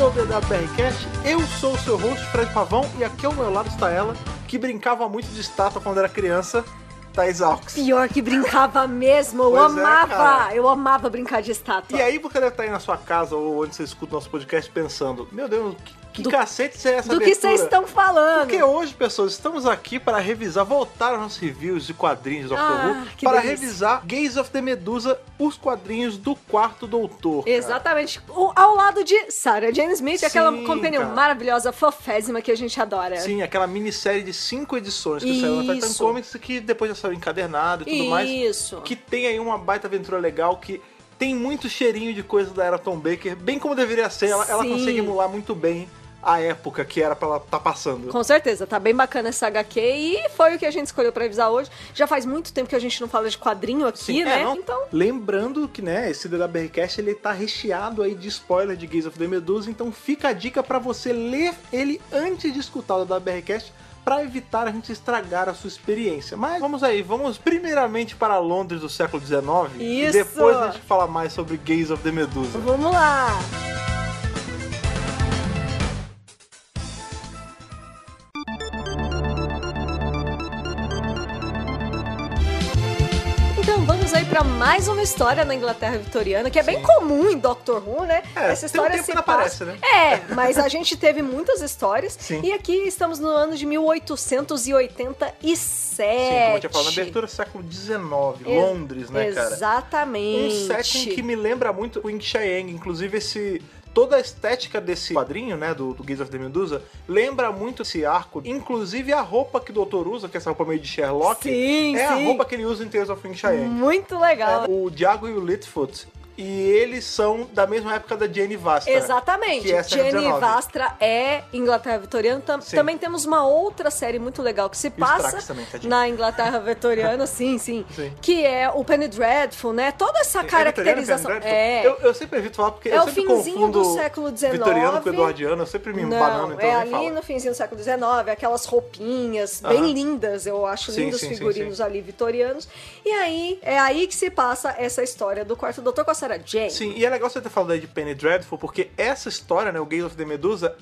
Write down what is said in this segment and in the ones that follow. ao DWRcast. Eu sou o seu host, Fred Pavão, e aqui ao meu lado está ela, que brincava muito de estátua quando era criança, Thais Alves. Pior que brincava mesmo, eu Pois é, amava, cara. eu amava brincar de estátua. E aí você deve estar aí na sua casa ou onde você escuta nosso podcast pensando, meu Deus, que, que Do- cacete é essa Do que abertura? vocês estão falando? Porque hoje, pessoas, estamos aqui para revisar, voltar aos nossos reviews de quadrinhos do Doctor Ah, Who, que para delícia. revisar Gaze of the Medusa, os quadrinhos do Quarto Doutor. cara. Exatamente, o- ao lado de Sarah Jane Smith, aquela Sim, companhia cara. maravilhosa, fofésima que a gente adora. Sim, aquela minissérie de cinco edições que saiu na Titan Isso. Comics, que depois já saiu encadernado e tudo mais. Isso. Que tem aí uma baita aventura legal que tem muito cheirinho de coisa da era Tom Baker, bem como deveria ser. Ela, ela Sim. consegue emular muito bem a época que era pra ela estar passando. Com certeza, tá bem bacana essa HQ e foi o que a gente escolheu pra revisar hoje. Já faz muito tempo que a gente não fala de quadrinho aqui, Sim, é, né? não- Então, Lembrando que, né, esse DWRcast ele tá recheado aí de spoiler de Gaze of the Medusa, então fica a dica pra você ler ele antes de escutar o DWRcast pra evitar a gente estragar a sua experiência. Mas vamos aí, vamos primeiramente para Londres do século XIX e Isso! depois a gente fala mais sobre Gaze of the Medusa. vamos lá. Então Vamos aí pra mais uma história na Inglaterra vitoriana, que é bem comum em Doctor Who, né? É, tem um Essa história tempo se que não aparece, passa- né? É, mas a gente teve muitas histórias. Sim. E aqui estamos no ano de 1887. Sim, como eu tinha falado na abertura, século XIX, Londres, né, cara? Um Exatamente. setting que me lembra muito o Ink Chiang. Inclusive, esse, toda a estética desse quadrinho, né, do, do Gaze of the Medusa, lembra muito esse arco. Inclusive, a roupa que o Doutor usa, que é essa roupa meio de Sherlock, Sim, é a sim. Hum, roupa que ele usa em Tales of Ink Chiang. Muito legal. É, o Diago e o Litfoot, e eles são da mesma época da Jane Vasta. Exatamente. Tá. Que é século Jenny 19. Vastra é Inglaterra Vitoriana. Tam- Sim. Também temos uma outra série muito legal que se passa Trax também, tadinho. na Inglaterra Vitoriana, sim, sim, Sim. Que é o Penny Dreadful, né? Toda essa é vitoriano, caracterização. Pendragon? É. né? Tipo, Eu, eu sempre evito falar porque É eu o sempre finzinho confundo do século XIX. vitoriano com eduardiano, eu sempre me banano, então é eu ali nem falo. no finzinho do século XIX, aquelas roupinhas Aham. bem lindas, eu acho Sim, lindos sim, sim, figurinos ali vitorianos. E aí, é aí que se passa essa história do quarto doutor com a Sarah Jane. Sim, e é legal você ter falado aí de Penny Dreadful, porque essa história, né, o Gale of the Medusa,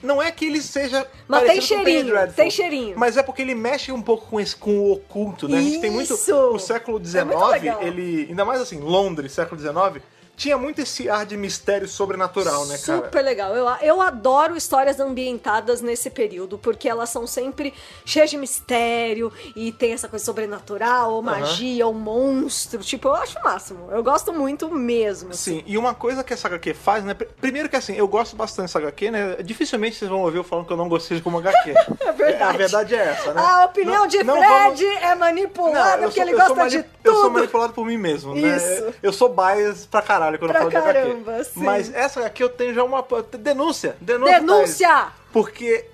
não é que ele seja Mas tem parecido com Penny cheirinho, Dreadful, tem cheirinho. Mas é porque ele mexe um pouco com, esse, com o oculto, né? A gente tem muito... Isso! O século XIX, É muito legal. ele... Ainda mais assim, Londres, século XIX, tinha muito esse ar de mistério sobrenatural, né, cara? Super legal. Eu, eu adoro histórias ambientadas nesse período, porque elas são sempre cheias de mistério e tem essa coisa sobrenatural, ou magia, ou monstro. Tipo, eu acho o máximo. Eu gosto muito mesmo. assim. Sim, e uma coisa que essa HQ faz, né? pr- Primeiro que assim, eu gosto bastante dessa HQ, né? Dificilmente vocês vão ouvir eu falando que eu não gostei de como HQ. É verdade. A verdade é essa, né? A opinião Não- de não vamos- Fred é manipulada eu porque sou- ele eu sou gosta mani- de Eu sou tudo. manipulado por mim mesmo, né? Isso. Eu sou bias pra caralho quando Pra eu falo de HQ. caramba, sim. Mas essa aqui eu tenho já uma... Denúncia! Denúncia! Denúncia! Thaís. Porque...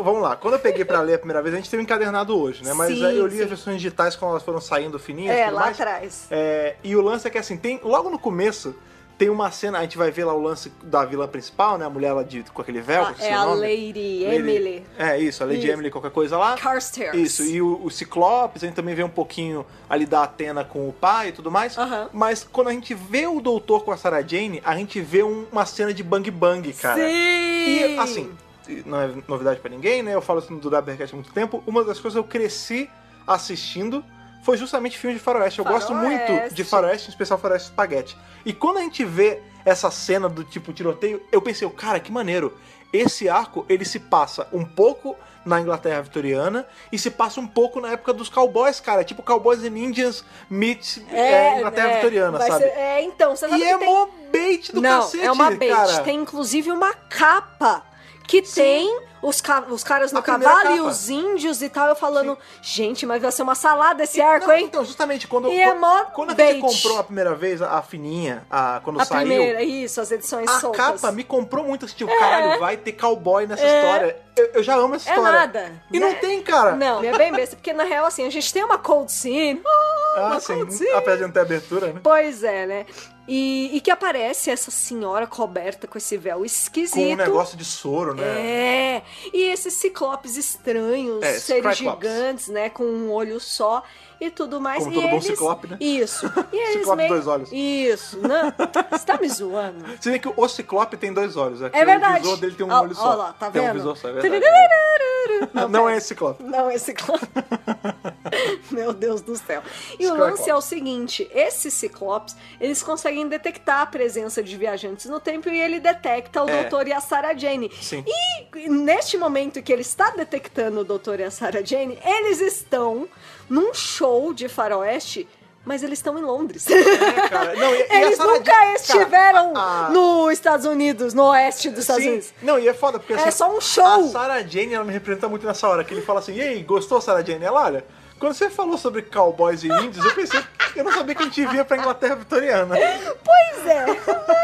Vamos lá, quando eu peguei pra ler a primeira vez, a gente teve um encadernado hoje, né? Mas Sim, aí eu li sim. as versões digitais quando elas foram saindo fininhas. e É, tudo lá mais. atrás. É, e o lance é que assim, tem logo no começo tem uma cena, a gente vai ver lá o lance da vilã principal, né? A mulher lá de, com aquele véu, Ah, com esse É a nome. Lady Emily É isso, a Lady Isso. Emily qualquer coisa lá. Carstairs. Isso, e o, o Ciclopes, a gente também vê um pouquinho ali da Atena com o pai e tudo mais. Aham. Mas quando a gente vê o doutor com a Sarah Jane, a gente vê um- uma cena de bang bang, cara. Sim! E assim, não é novidade pra ninguém, né? Eu falo isso no Dudabercast há muito tempo. Uma das coisas que eu cresci assistindo foi justamente filme de faroeste. Eu gosto Faroeste. muito de faroeste, em especial faroeste espaguete. E quando a gente vê essa cena do tipo tiroteio, eu pensei, cara, que maneiro. Esse arco, ele se passa um pouco na Inglaterra vitoriana e se passa um pouco na época dos cowboys, cara. Tipo Cowboys and Indians meets é, Inglaterra né? vitoriana, Vai sabe? ser- é, então, você sabe E que é tem... mó bait do não, cacete, é uma bait. cara. Tem inclusive uma capa que Sim. tem os, ca- os caras no A primeira cavalo e capa. os índios e tal. Eu falando, gente, mas vai ser uma salada esse arco, Não, hein? Então, justamente, quando, E é mó quando a gente bait. comprou a primeira vez, a a fininha, a, quando A saiu, primeira, isso, as edições a soltas. É. capa me comprou muito. assim, Tipo, caralho, vai ter cowboy nessa história. Eu, eu já amo essa É história. nada. E não né? tem, cara. Não, é bem besta, porque na real, assim, a gente tem uma cold scene. Ah, Ah, uma sim. cold scene. Apesar de não ter abertura, né? Pois é, né? E, e que aparece essa senhora coberta com esse véu Com um esquisito. negócio de soro, né? É, E esses ciclopes estranhos, É, Cyclops. seres gigantes, né? Com um olho só e tudo mais. Como e todo bom eles... ciclope, né? Isso. E eles Ciclope meio... dois olhos. Isso. Não, você tá me zoando. Se bem que o Ciclope tem dois olhos. né? É verdade. O visor dele tem um Ó- olho só. ó lá, tá Tem um vendo? visor só, é verdade. Não, pera. é esse Ciclope. Não, esse ciclope. Meu Deus do céu. E o Cyclops. lance é o seguinte: esses ciclopes, eles conseguem detectar a presença de viajantes no tempo e ele detecta o É. doutor e a Sarah Jane. Sim. E neste momento que ele está detectando o doutor e a Sarah Jane, eles estão num show de faroeste. Mas eles estão em Londres. É, cara. Não, e- e a Eles Sarah nunca Jane- estiveram Cara, a- nos Estados Unidos, no oeste dos Estados Sim. Unidos. Não, e é foda, porque É assim. só um show. A Sarah Jane, ela me representa muito nessa hora, que ele fala assim: e aí, gostou, Sarah Jane? Ela, olha, quando você falou sobre cowboys e índios, eu pensei que eu não sabia que a gente via pra Inglaterra vitoriana. Pois é,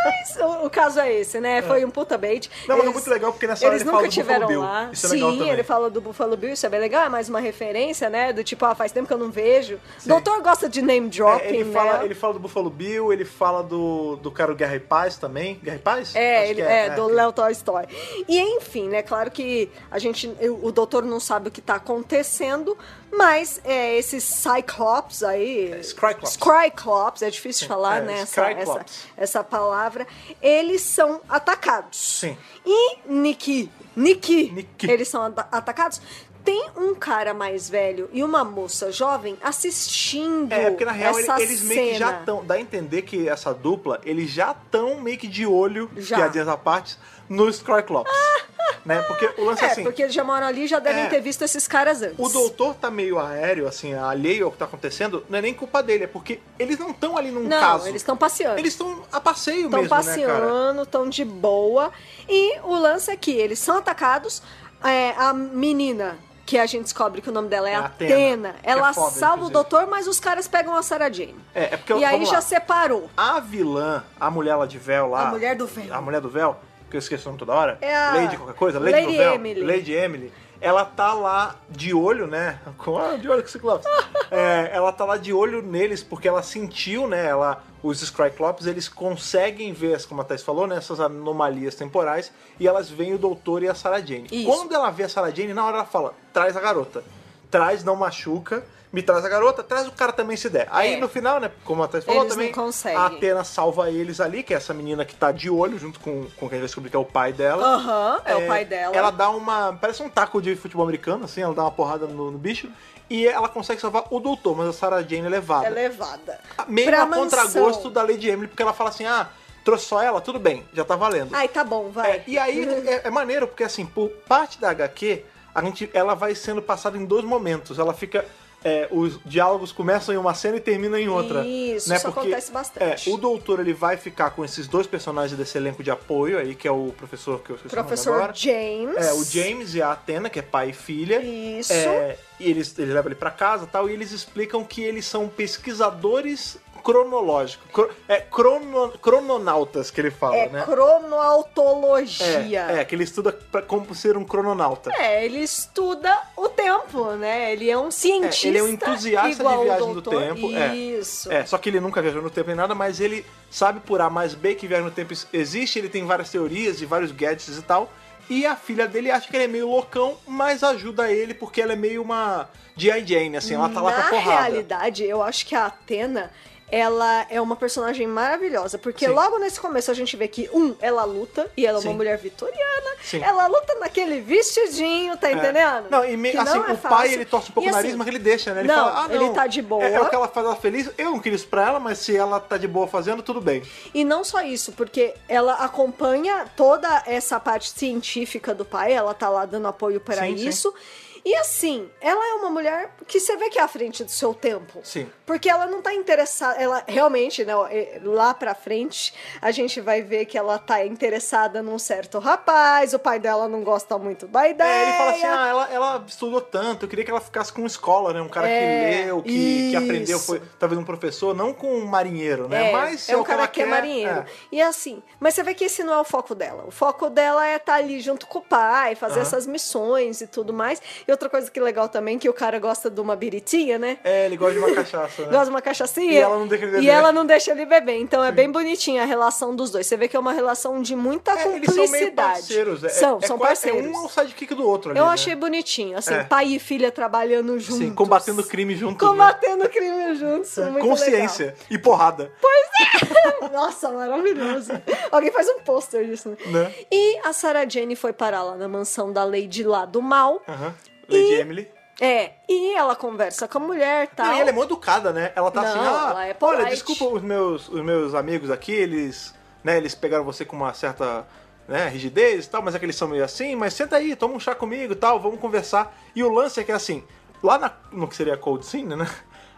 mas o, o caso é esse, né? Foi um puta bait. Não, mas é muito legal, porque nessa hora eles ele nunca fala do tiveram Buffalo Bill. lá. Isso é Sim, legal também. ele fala do Buffalo Bill, isso é bem legal, é mais uma referência, né? Do tipo, ah, faz tempo que eu não vejo. Sim. Doutor gosta de name dropping, É, ele, né? fala, ele fala do Buffalo Bill, ele fala do, do cara do Guerra e Paz também. Guerra e Paz? É, Acho ele- que é, do Léo Toy Story. E enfim, né? Claro que a gente, o doutor não sabe o que tá acontecendo, mas é, esses Cyclops aí. É, Scryclops. Scryclops, é difícil de falar, é, né? Essa, essa, Scryclops. essa palavra. Eles são atacados. Sim. E Nikki, Nikki, Nikki. eles são ata- atacados. Tem um cara mais velho e uma moça jovem assistindo. É, porque na real ele- essa eles meio que já cena. estão. Dá a entender que essa dupla, eles já estão meio que de olho, Já. piadinhas à parte, no Scryclops. né? Porque o lance é É, assim. porque eles já moram ali e já devem É. ter visto esses caras antes. O doutor tá meio aéreo, assim, alheio ao que tá acontecendo, não é nem culpa dele, é porque eles não estão ali num Não, um caso. eles estão passeando. Eles estão a passeio Estão mesmo, né, cara? passeando, estão de boa. E o lance é que eles são atacados. é, a menina, que a gente descobre que o nome dela é, É Athena, Atena, que é ela foda, salva inclusive. o doutor, mas os caras pegam a Sarah Jane. É, é porque e aí vamos lá. já separou. A vilã, a mulher lá de véu lá. A mulher do véu. A mulher do véu, que eu esqueço o nome toda hora. É a- Lady qualquer coisa? Lady, Lady do véu. Emily. Lady Emily. Ela tá lá de olho, né? Com ah, de olho com o Ciclops. É, ela tá lá de olho neles porque ela sentiu, né? Ela, os Scryclops, eles conseguem ver, como a Thais falou, né? Essas anomalias temporais. E elas veem o Doutor e a Sarah Jane. Isso. Quando ela vê a Sarah Jane, na hora ela fala, traz a garota. Traz, não machuca. Me traz a garota, traz o cara também se der. Aí É. no final, né? Como a Thais falou Eles não também, conseguem. a Atena salva eles ali, que é essa menina que tá de olho, junto com, com quem a gente vai descobrir que é o pai dela. Aham, é, o pai dela. Ela dá uma. Parece um taco de futebol americano, assim, ela dá uma porrada no, no bicho. E ela consegue salvar o doutor, mas a Sarah Jane é levada. é levada. Meio pra a mansão. contragosto da Lady Emily, porque ela fala assim: ah, trouxe só ela, tudo bem, já tá valendo. Ai, tá bom, vai. É, e aí é, é maneiro, porque assim, por parte da HQ, a gente, ela vai sendo passada em dois momentos. Ela fica. é, os diálogos começam em uma cena e terminam em outra. Isso, né? isso Porque, acontece bastante. é, o doutor ele vai ficar com esses dois personagens desse elenco de apoio aí, que é o professor que eu esqueci o nome Professor agora. James. É, o James e a Atena, que é pai e filha. Isso. É, e eles, eles levam ele pra casa e tal, e eles explicam que eles são pesquisadores cronológicos. Cro- é crono- crononautas que ele fala, É né? cronoautologia. É, é, que ele estuda pra, como ser um crononauta. É, ele estuda o tempo, né? Ele é um cientista. É, ele é um entusiasta igual de ao viagem do doutor. tempo, é. Isso. É, só que ele nunca viajou no tempo nem nada, mas ele sabe por A mais B que viagem no tempo existe, ele tem várias teorias e vários gadgets e tal. E a filha dele acha que ele é meio loucão, mas ajuda ele porque ela é meio uma G.I. Jane, assim, ela tá lá Na pra porrada. realidade, eu acho que a Atena, ela é uma personagem maravilhosa, porque Sim. logo nesse começo a gente vê que, um, ela luta, e ela é Sim. uma mulher vitoriana, Sim. É. ela luta naquele vestidinho, tá entendendo? Não, e me- Que assim, não é o fácil. pai ele torce um pouco o E, assim, nariz, mas ele deixa, né? Ele não, fala, ah, não. ele tá de boa. É, é o que ela faz ela feliz, eu não queria isso pra ela, mas se ela tá de boa fazendo, tudo bem. E não só isso, porque ela acompanha toda essa parte científica do pai, ela tá lá dando apoio para Sim, sim. isso. E assim, ela é uma mulher que você vê que é à frente do seu tempo. Sim. Porque ela não tá interessada, ela realmente, né, ó, é, lá pra frente, a gente vai ver que ela tá interessada num certo rapaz, o pai dela não gosta muito da ideia. É, ele fala assim, ah, ela, ela estudou tanto, eu queria que ela ficasse com um escola, né? Um cara É, que leu, que, que isso. aprendeu, foi talvez um professor, não com um marinheiro, né? É, mas se é um o que cara ela que é quer, marinheiro. é. E assim, mas você vê que esse não é o foco dela. O foco dela é estar ali tá junto com o pai, fazer Aham. essas missões e tudo mais. E outra coisa que legal também, que o cara gosta de uma biritinha, né? É, ele gosta de uma cachaça, né? Gosta de uma cachaçinha. E ela não deixa ele beber. E ela não deixa ele beber. Então é bem bonitinha a relação dos dois. Você vê que é uma relação de muita É, eles cumplicidade. são meio parceiros. É, são, é, são é, parceiros. É um ao sidekick do outro ali, Eu né? achei bonitinho, assim, É. pai e filha trabalhando juntos. Sim, combatendo o crime junto. Combatendo o crime juntos. né? Muito Consciência e porrada. legal. Nossa, maravilhoso. Alguém faz um pôster disso, né? Né? E a Sarah Jane foi parar lá na mansão da Lady lá do mal. Aham. Lady Emily. É, e ela conversa com a mulher tal. Não, e ela é mó educada, né? Ela tá Não, assim, ah, ela é olha, polite." desculpa os meus, os meus amigos aqui, eles, né, eles pegaram você com uma certa né, rigidez e tal, mas é que eles são meio assim, mas senta aí, toma um chá comigo e tal, vamos conversar. E o lance é que assim, lá na, no que seria a Cold Scene, né?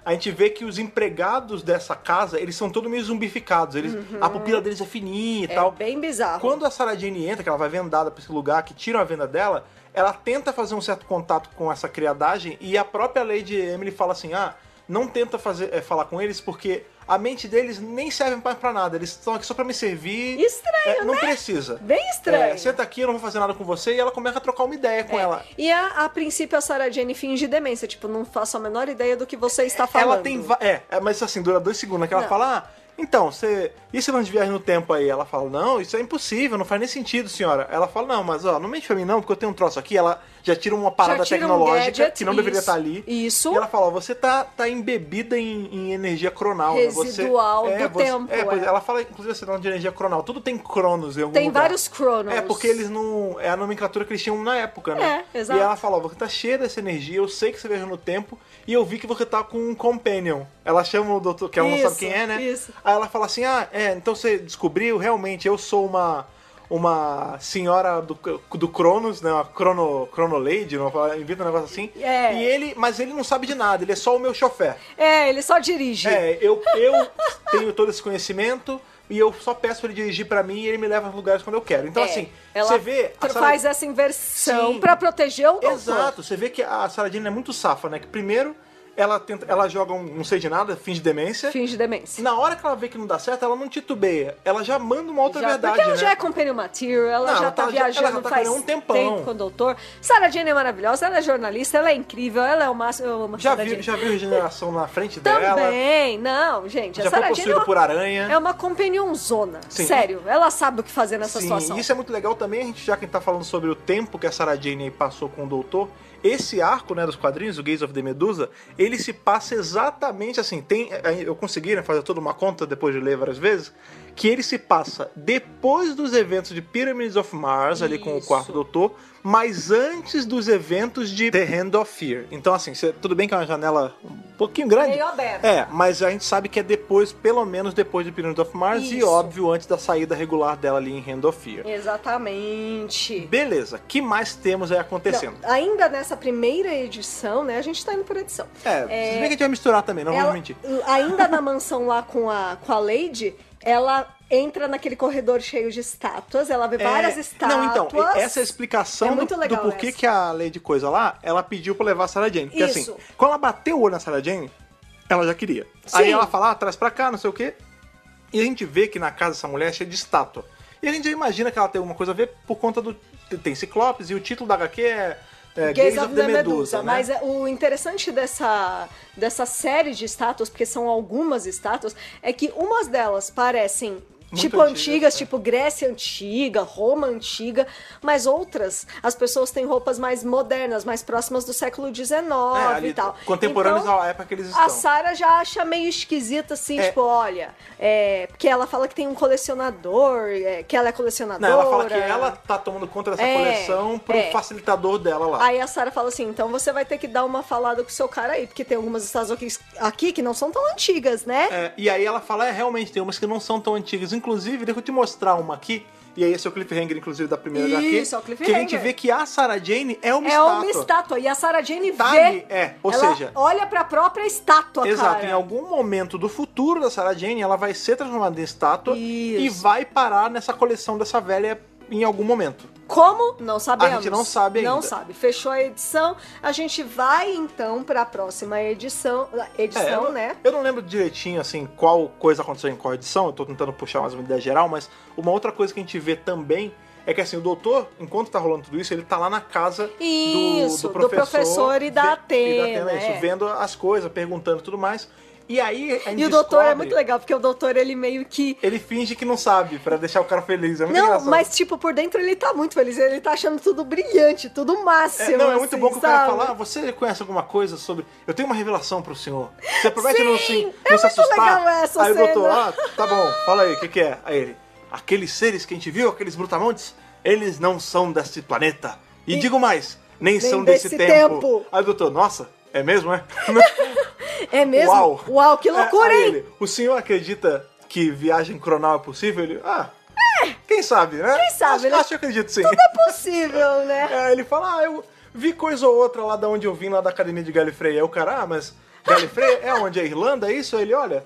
A gente vê que os empregados dessa casa, eles são todos meio zumbificados. Eles, A pupila deles é fininha e Uhum. É tal. bem bizarro. Quando a Sarah Jane entra, que ela vai vendada pra esse lugar, que tiram a venda dela, ela tenta fazer um certo contato com essa criadagem e a própria Lady Emily fala assim: ah, não tenta fazer, é, falar com eles porque a mente deles nem serve mais pra nada, eles estão aqui só pra me servir. Estranho, É, não precisa. Bem estranho. É, senta aqui, eu não vou fazer nada com você. E ela começa a trocar uma ideia com É. ela. E a, a princípio a Sarah Jane finge demência, tipo, não faço a menor ideia do que você está falando. Ela tem. va- É, é, mas assim, dura dois segundos. né, Que ela Não. fala, ah, então, você. E se não de viagem no tempo aí? Ela fala, não, isso é impossível, não faz nem sentido, senhora. Ela fala, não, mas ó, não mente pra mim não, porque eu tenho um troço aqui. Ela já tira uma parada Já tira um tecnológica gadget, que não deveria isso, estar ali. Isso. E ela fala, ó, você tá, tá embebida em, em energia cronal. né? Você- Residual é, do você- tempo, É, pois é. é, ela fala, inclusive, você tá de energia cronal. Tudo tem cronos em algum Tem lugar. vários cronos. É, porque eles não. É a nomenclatura que eles tinham na época, né? É, exato. E ela falou: você tá cheia dessa energia, eu sei que você viajou no tempo, e eu vi que você tá com um companion. Ela chama o doutor, que ela não sabe Isso, quem é, né? isso. Aí ela fala assim: ah, é, então você descobriu, realmente, eu sou uma. Uma senhora do, do Cronos, né? Uma crono, Cronolady, não, invita um negócio assim. É. E ele, mas ele não sabe de nada, ele é só o meu chofer. É, ele só dirige. É, eu, eu tenho todo esse conhecimento e eu só peço pra ele dirigir pra mim e ele me leva aos lugares quando eu quero. Então, É, assim, ela você vê. a tra- Sarah- faz essa inversão Sim. pra proteger o doutor. Exato, você vê que a Sarah Jane é muito safa, né? Que primeiro ela, tenta, ela joga um não sei de nada, finge demência. Finge demência. Na hora que ela vê que não dá certo, ela não titubeia. Ela já manda uma outra Já- verdade. porque ela né? já é companion material, ela Não, já ela tá, tá- viajando ela já tá faz com um tempão. tempo com o doutor. Sarah Jane é maravilhosa, ela é jornalista, ela é incrível, ela é o máximo. Eu amo a Já Sarah viu, Jane. já viu regeneração na frente dela. Também, não, gente. Já a Sarah foi Jane é possuído uma, por aranha. é uma companionzona. Sim. Sério, ela sabe o que fazer nessa Sim, situação. isso é muito legal também, a gente já quem tá falando sobre o tempo que a Sarah Jane aí passou com o doutor, esse arco, né, dos quadrinhos, o Gaze of the Medusa, ele se passa exatamente assim, tem, aí eu consegui, né, fazer toda uma conta depois de ler várias vezes, que ele se passa depois dos eventos de Pyramids of Mars, ali com o Isso. quarto doutor, mas antes dos eventos de The Hand of Fear. Então, assim, cê- tudo bem que é uma janela um pouquinho grande, Meio aberta. é, mas a gente sabe que é depois, pelo menos depois de Pyramids of Mars e, Isso. óbvio, antes da saída regular dela ali em Hand of Fear. Exatamente. Beleza, que mais temos aí acontecendo? Não, ainda nessa primeira edição, né? A gente tá indo por edição. É, se bem que a gente vai misturar também, não Ela- vamos mentir. ainda na mansão lá com a, com a Lady, ela entra naquele corredor cheio de estátuas, ela vê várias É, estátuas. Não, então, e- essa é a explicação É do, muito do legal porquê essa. que a Lady Coisa lá, ela pediu pra levar a Sarah Jane. Porque Isso. assim, quando ela bateu o olho na Sarah Jane, ela já queria. Aí Sim. ela fala, ah, traz pra cá, não sei o quê. E a gente vê que na casa dessa mulher é cheia de estátua. E a gente já imagina que ela tem alguma coisa a ver por conta do... Tem Ciclopes e o título da HQ é... é Gaze of the Medusa, né? Mas é- o interessante dessa, dessa série de estátuas, porque são algumas estátuas, é que umas delas parecem. Muito tipo antigas, antigas, é. tipo Grécia antiga, Roma antiga, mas outras, as pessoas têm roupas mais modernas, mais próximas do século XIX É, ali, e tal. Contemporâneos Então, à época que eles a estão. Sarah já acha meio esquisita, assim, É. tipo, olha, é, porque ela fala que tem um colecionador, é, que ela é colecionadora. Não, ela fala que ela tá tomando conta dessa É, coleção pro é. facilitador dela lá. Aí a Sarah fala assim: então você vai ter que dar uma falada com o seu cara aí, porque tem algumas estátuas aqui, aqui que não são tão antigas, né? É, e aí ela fala, é, realmente, tem umas que não são tão antigas. Inclusive, deixa eu te mostrar uma aqui. E aí esse é o cliffhanger, inclusive, da primeira daqui. Isso, é o Que a cliffhanger. gente vê que a Sarah Jane é uma É estátua. uma estátua. E a Sarah Jane Tá vê. ali, é, ou ela seja- Olha pra própria estátua, Exato, cara. em algum momento do futuro da Sarah Jane, ela vai ser transformada em estátua Isso. e vai parar nessa coleção dessa velha em algum momento. Como? Não sabemos. A gente não sabe ainda. Não sabe. Fechou a edição. A gente vai então pra próxima edição, É, eu edição, não- né? Eu não lembro direitinho, assim, qual coisa aconteceu em qual edição, eu tô tentando puxar mais uma ideia geral, mas uma outra coisa que a gente vê também É que assim, o doutor, enquanto tá rolando tudo isso, ele tá lá na casa do- do, Isso, do professor, professor e da ve- Atena, isso, é. vendo as coisas, perguntando e tudo mais. E aí a gente E o doutor é descobre- muito legal, porque o doutor, ele meio que. Ele finge que não sabe, pra deixar o cara feliz. É muito Não, engraçado. mas tipo, por dentro ele tá muito feliz, ele tá achando tudo brilhante, tudo máximo. É, não, é muito assim, bom que o cara sabe? fala, "Ah, você conhece alguma coisa sobre... Eu tenho uma revelação pro senhor. Você promete não, se- Sim, não é se muito assustar? legal essa aí o doutor, cena. ah, tá bom, fala aí, o que que é? Aí ele, aqueles seres que a gente viu, aqueles brutamontes, eles não são desse planeta. E, digo mais, nem, são desse, desse tempo. tempo. Aí o doutor, nossa, é mesmo, é? É mesmo? Uau. que É, loucura, aí hein? ele, o senhor acredita que viagem cronal é possível? Ele, ah... Quem sabe, né? É. Quem sabe, acho, né? Acho que eu acredito sim. Não é possível, né? É, ele fala, ah, eu vi coisa ou outra lá da onde eu vim, lá da academia de Galifrey. Aí o cara, ah, mas Galifrey é onde? É Irlanda, é isso? Aí ele, olha,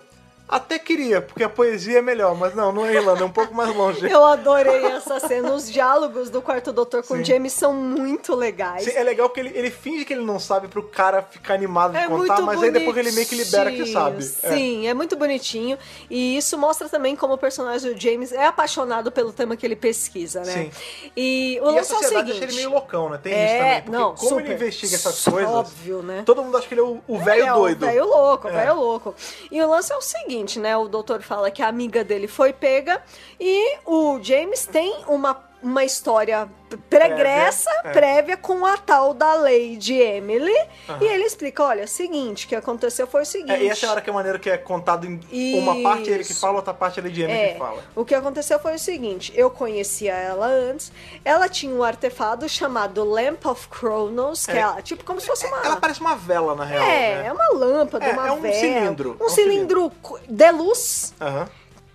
até queria, porque a poesia é melhor, mas não, não é Irlanda, é um pouco mais longe. Eu adorei essa cena. Os diálogos do quarto doutor com Sim. o James são muito legais. Sim, é legal porque ele, ele finge que ele não sabe pro cara ficar animado de É muito contar, mas aí depois ele meio que libera que bonitinho. sabe. É. Sim, é. muito bonitinho. E isso mostra também como o personagem do James é apaixonado pelo tema que ele pesquisa, né? Sim. E o E a lance é o sociedade acha ele seguinte. meio loucão, né? Tem isso É, também. Porque não, como ele super. investiga essas coisas, Óbvio, né? todo mundo acha que ele é o- o velho é, doido. O velho louco, o É. velho louco. E o lance é o seguinte, né? O doutor fala que a amiga dele foi pega e o James tem uma, uma história p- pregressa, Prévia, é. prévia, com a tal da Lady Emily. Aham. E ele explica, olha, seguinte, o que aconteceu foi o seguinte... É, e essa é a hora que é maneira que é contado em uma parte ele que Isso. fala, outra parte ele de Emily É, que fala. o que aconteceu foi o seguinte: eu conhecia ela antes, ela tinha um artefato chamado Lamp of Chronos, que É. é, tipo como se fosse uma. Ela parece uma vela, na real. é, né? é uma lâmpada, É, uma é um vela, cilindro, Um, é um cilindro. cilindro, co- de luz Aham,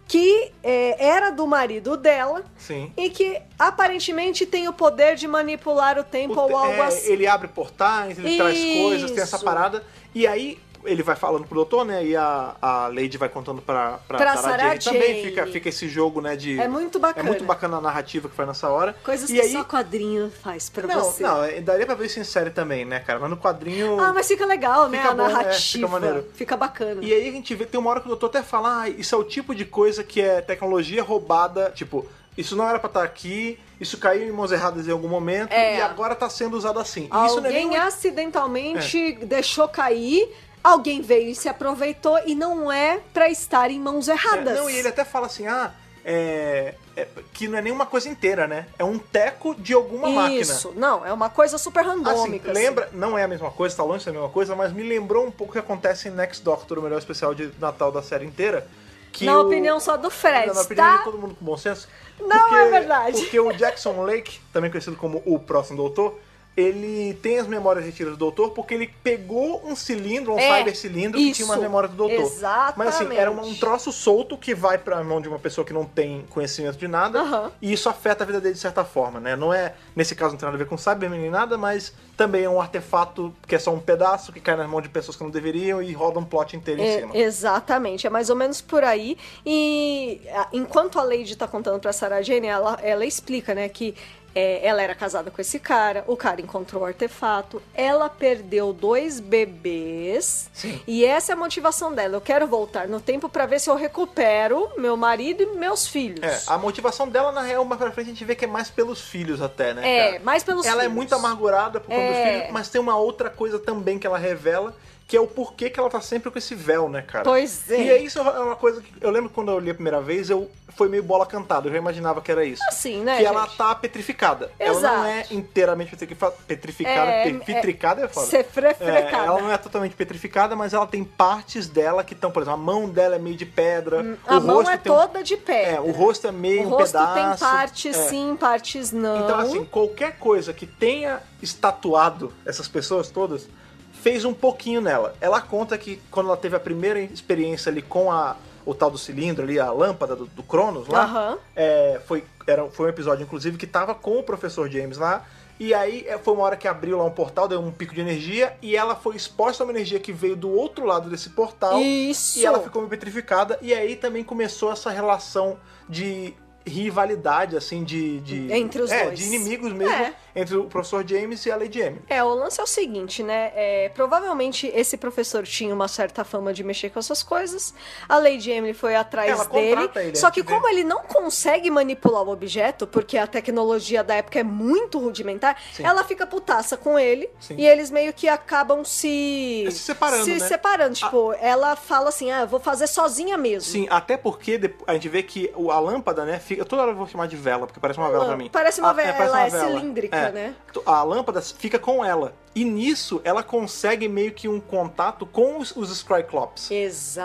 que é, era do marido dela sim. e que aparentemente tem o poder de manipular o tempo O te- ou algo é, assim. Ele abre portais, ele traz coisas, tem essa Isso. parada. E aí ele vai falando pro doutor, né? E a, a Lady vai contando pra, pra, Pra Sarah Sarah Jane. Também Jane. fica, fica esse jogo, né? De, É muito É bacana. muito bacana a narrativa que faz nessa hora. Coisas e que aí, só quadrinho faz pra não, você. Não, é- daria pra ver isso em série também, né, cara? Mas no quadrinho... Ah, mas fica legal, né? Fica a bom, é, fica narrativa. maneiro. fica bacana. E aí a gente vê, tem uma hora que o doutor até fala, ah, isso é o tipo de coisa que é tecnologia roubada, tipo, isso não era pra estar aqui, isso caiu em mãos erradas em algum momento É. e agora tá sendo usado assim. E isso não é Alguém nem um acidentalmente deixou cair, alguém veio e se aproveitou e não é pra estar em mãos erradas. É, não, e ele até fala assim, ah, é, é- que não é nenhuma coisa inteira, né? É um teco de alguma máquina. Isso, não, é uma coisa super Assim, randômica. lembra, não é a mesma coisa, tá longe de ser a mesma coisa, mas me lembrou um pouco o que acontece em Next Doctor, o melhor especial de Natal da série inteira. Que Na o- opinião só do Fred, na opinião de tá? todo mundo com bom senso. Não é verdade. Porque o Jackson Lake, também conhecido como o próximo doutor, ele tem as memórias retidas do doutor porque ele pegou um cilindro, um É, cyber cilindro que tinha isso. umas memórias do doutor. Exatamente. Mas assim, era um, um troço solto que vai pra mão de uma pessoa que não tem conhecimento de nada. Aham. E isso afeta a vida dele de certa forma, né? Não é, nesse caso, não tem nada a ver com Cybermen nem nada, mas também é um artefato que é só um pedaço que cai nas mãos de pessoas que não deveriam e roda um plot inteiro em É, cima. exatamente, é mais ou menos por aí. E a- enquanto a Lady tá contando pra Sarah Jane, ela, ela explica, né, que é, ela era casada com esse cara, o cara encontrou o artefato, ela perdeu dois bebês. Sim. E essa é a motivação dela. Eu quero voltar no tempo pra ver se eu recupero meu marido e meus filhos. É, a motivação dela, na real, mais pra frente a gente vê que é mais pelos filhos até, né? É, cara? mais pelos Ela é filhos. muito amargurada por conta É. dos filhos, mas tem uma outra coisa também que ela revela, que é o porquê que ela tá sempre com esse véu, né, cara? Pois é. E é isso é uma coisa que eu lembro que quando eu li a primeira vez, eu foi meio bola cantada, eu já imaginava que era isso. Assim, né, que ela gente? tá petrificada. Ela Exato. não é inteiramente petrifa- petrificada, É, petrificada é foda. ser frefrecada. É, ela não é totalmente petrificada, mas ela tem partes dela que estão, por exemplo, a mão dela é meio de pedra, A o mão rosto é tem um- toda de pedra. É, o rosto é meio O um rosto pedaço. tem partes é. sim, partes não. Então, assim, qualquer coisa que tenha estatuado essas pessoas todas fez um pouquinho nela. Ela conta que quando ela teve a primeira experiência ali com a, o tal do cilindro ali, a lâmpada do, do Cronos lá, Aham. é, foi, era, foi um episódio, inclusive, que tava com o professor James lá. E aí é, foi uma hora que abriu lá um portal, deu um pico de energia, e ela foi exposta a uma energia que veio do outro lado desse portal. Isso. E ela ficou meio petrificada, e aí também começou essa relação de rivalidade, assim, de. de Entre os é, dois. de inimigos mesmo, É. entre o professor James e a Lady Emily. É, o lance é o seguinte, né? É, provavelmente esse professor tinha uma certa fama de mexer com essas coisas. A Lady Emily foi atrás Ela dele. contrata ele, só a que gente como ele não consegue manipular o objeto, porque a tecnologia da época é muito rudimentar, Sim. ela fica putaça com ele Sim. e eles meio que acabam se Se separando, se né? separando. Tipo, ela fala assim: "Ah, eu vou fazer sozinha mesmo". Sim, até porque dep- a gente vê que o- a lâmpada, né, fica. Toda hora eu vou chamar de vela, porque parece uma vela pra mim. Ah, Parece uma A- vela, ela é cilíndrica, né? T- A lâmpada fica com ela. E nisso ela consegue meio que um contato com os, os Scryclops.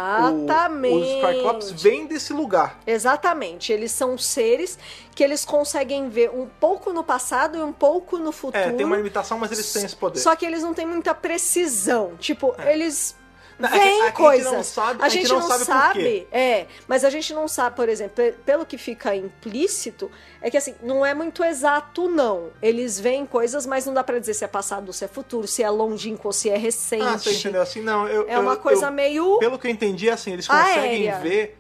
Exatamente. O, os Scryclops vêm desse lugar. Exatamente, eles são seres que eles conseguem ver um pouco no passado e um pouco no futuro. É, tem uma limitação, mas eles têm esse poder. Só que eles não têm muita precisão. Tipo, eles Não, é que- é que a veem gente coisas. não sabe- a gente não sabe por quê. é, mas a gente não sabe, por exemplo, pe- pelo que fica implícito, é que assim, não é muito exato não. Eles veem coisas, mas não dá pra dizer se é passado, se é futuro, se é longínquo, ou se é recente. Ah, você entendeu? Assim, não, eu. É uma eu- coisa Ah, é, eu- meio Pelo que eu entendi, assim, eles conseguem Aérea. ver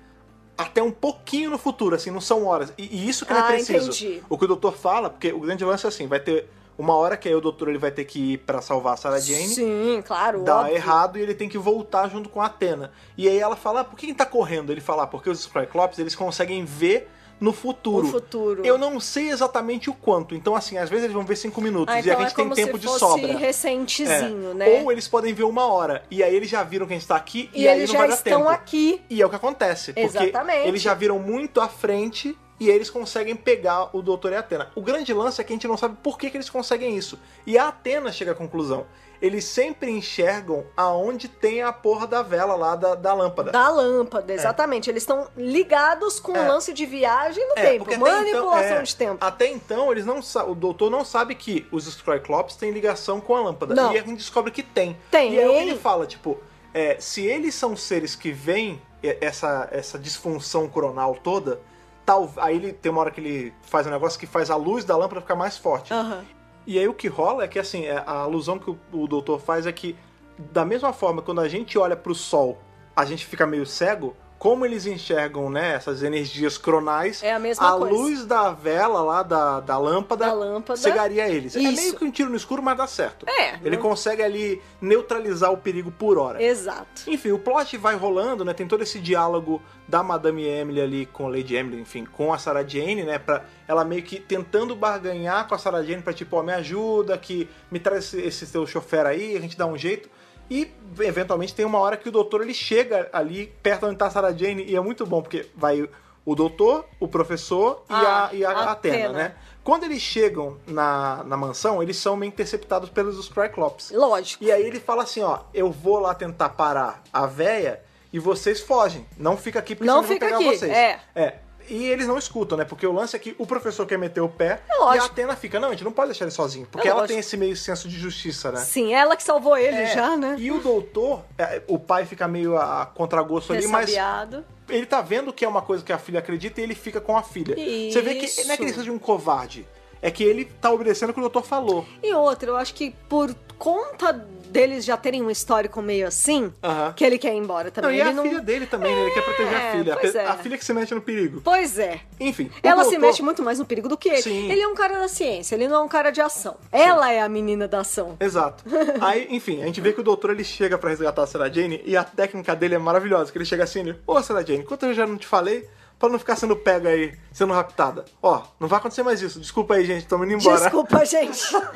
até um pouquinho no futuro, assim, não são horas. E, e isso que não é Ah, preciso. entendi. O que o doutor fala, porque o grande lance é assim, vai ter uma hora que aí o doutor ele vai ter que ir pra salvar a Sarah Jane. Sim, claro, Dá óbvio. errado e ele tem que voltar junto com a Atena. E aí ela fala, ah, por que ele tá correndo? Ele fala, "Ah, porque os Scryclops, eles conseguem ver no futuro. No futuro. Eu não sei exatamente o quanto. Então, assim, às vezes eles vão ver cinco minutos Ah, e a então gente é tem como tempo se de fosse sobra. recentezinho, É. né? Ou eles podem ver uma hora. E aí eles já viram que a gente tá aqui e, e aí eles não já vai dar estão tempo. aqui. E é o que acontece. Porque Exatamente. eles já viram muito à frente e eles conseguem pegar o Doutor e a Atena. O grande lance é que a gente não sabe por que, que eles conseguem isso. E a Atena chega à conclusão. Eles sempre enxergam aonde tem a porra da vela lá da, da lâmpada. Da lâmpada, exatamente. Eles estão ligados com o É. lance de viagem no É, porque tempo, até então- manipulação é. de tempo. Até então, eles não sa- o doutor não sabe que os Scryclops têm ligação com a lâmpada. Não. E a gente descobre que tem. Tem. E é o que ele fala, tipo, é, se eles são seres que veem e- essa, essa disfunção coronal toda, tal, aí ele tem uma hora que ele faz um negócio que faz a luz da lâmpada ficar mais forte. Aham. E aí o que rola é que, assim, é- a alusão que o, o doutor faz é que, da mesma forma, quando a gente olha pro sol, a gente fica meio cego, como eles enxergam, né, essas energias cronais, É a mesma a coisa. luz da vela lá, da, da lâmpada, da lâmpada. cegaria eles. É Isso. meio que um tiro no escuro, mas dá certo. É. Ele não- consegue ali neutralizar o perigo por hora. Exato. Enfim, o plot vai rolando, né? Tem todo esse diálogo da Madame Emily ali com a Lady Emily, enfim, com a Sarah Jane, né? Pra ela meio que tentando barganhar com a Sarah Jane pra tipo, ó, me ajuda, que me traz esse, esse teu chofer aí, a gente dá um jeito. E eventualmente tem uma hora que o doutor ele chega ali perto onde tá a Sarah Jane e é muito bom porque vai o doutor, o professor e Ah, a, e a a Atena, Atena. né? Quando eles chegam na, na mansão, eles são meio interceptados pelos Cryclops. Lógico. E aí ele fala assim, ó, eu vou lá tentar parar a véia e vocês fogem. Não fica aqui porque Não senão eles fica vão aqui. pegar vocês. É. E eles não escutam, né? Porque o lance é que o professor quer meter o pé e a É lógico. Atena fica, não, a gente não pode deixar ele sozinho. Porque É ela lógico. tem esse meio senso de justiça, né? Sim, ela que salvou ele É. já, né? E o doutor, é, o pai fica meio a a contragosto ali, mas Ressabiado. ele tá vendo que é uma coisa que a filha acredita e ele fica com a filha. Você vê que não é que ele Isso. seja um covarde, é que ele tá obedecendo o que o doutor falou. E outra, eu acho que por conta deles já terem um histórico meio assim, Aham. que ele quer ir embora Não, também. e a ele não... filha dele também, né? Ele quer proteger a É, filha. pois Ape- é. A filha que se mete no perigo. Pois é. Enfim. o Ela se doutor- mexe muito mais no perigo do que ele. Sim. Ele é um cara da ciência, ele não é um cara de ação. Ela é a menina da ação. Exato. Aí, enfim, a gente vê que o doutor ele chega pra resgatar a Sarah Jane e a técnica dele é maravilhosa, que ele chega assim, ele, ô Sarah Jane, quanto eu já não te falei pra não ficar sendo pega aí, sendo raptada. Ó, não vai acontecer mais isso. Desculpa aí, gente, tamo indo embora. Desculpa, gente.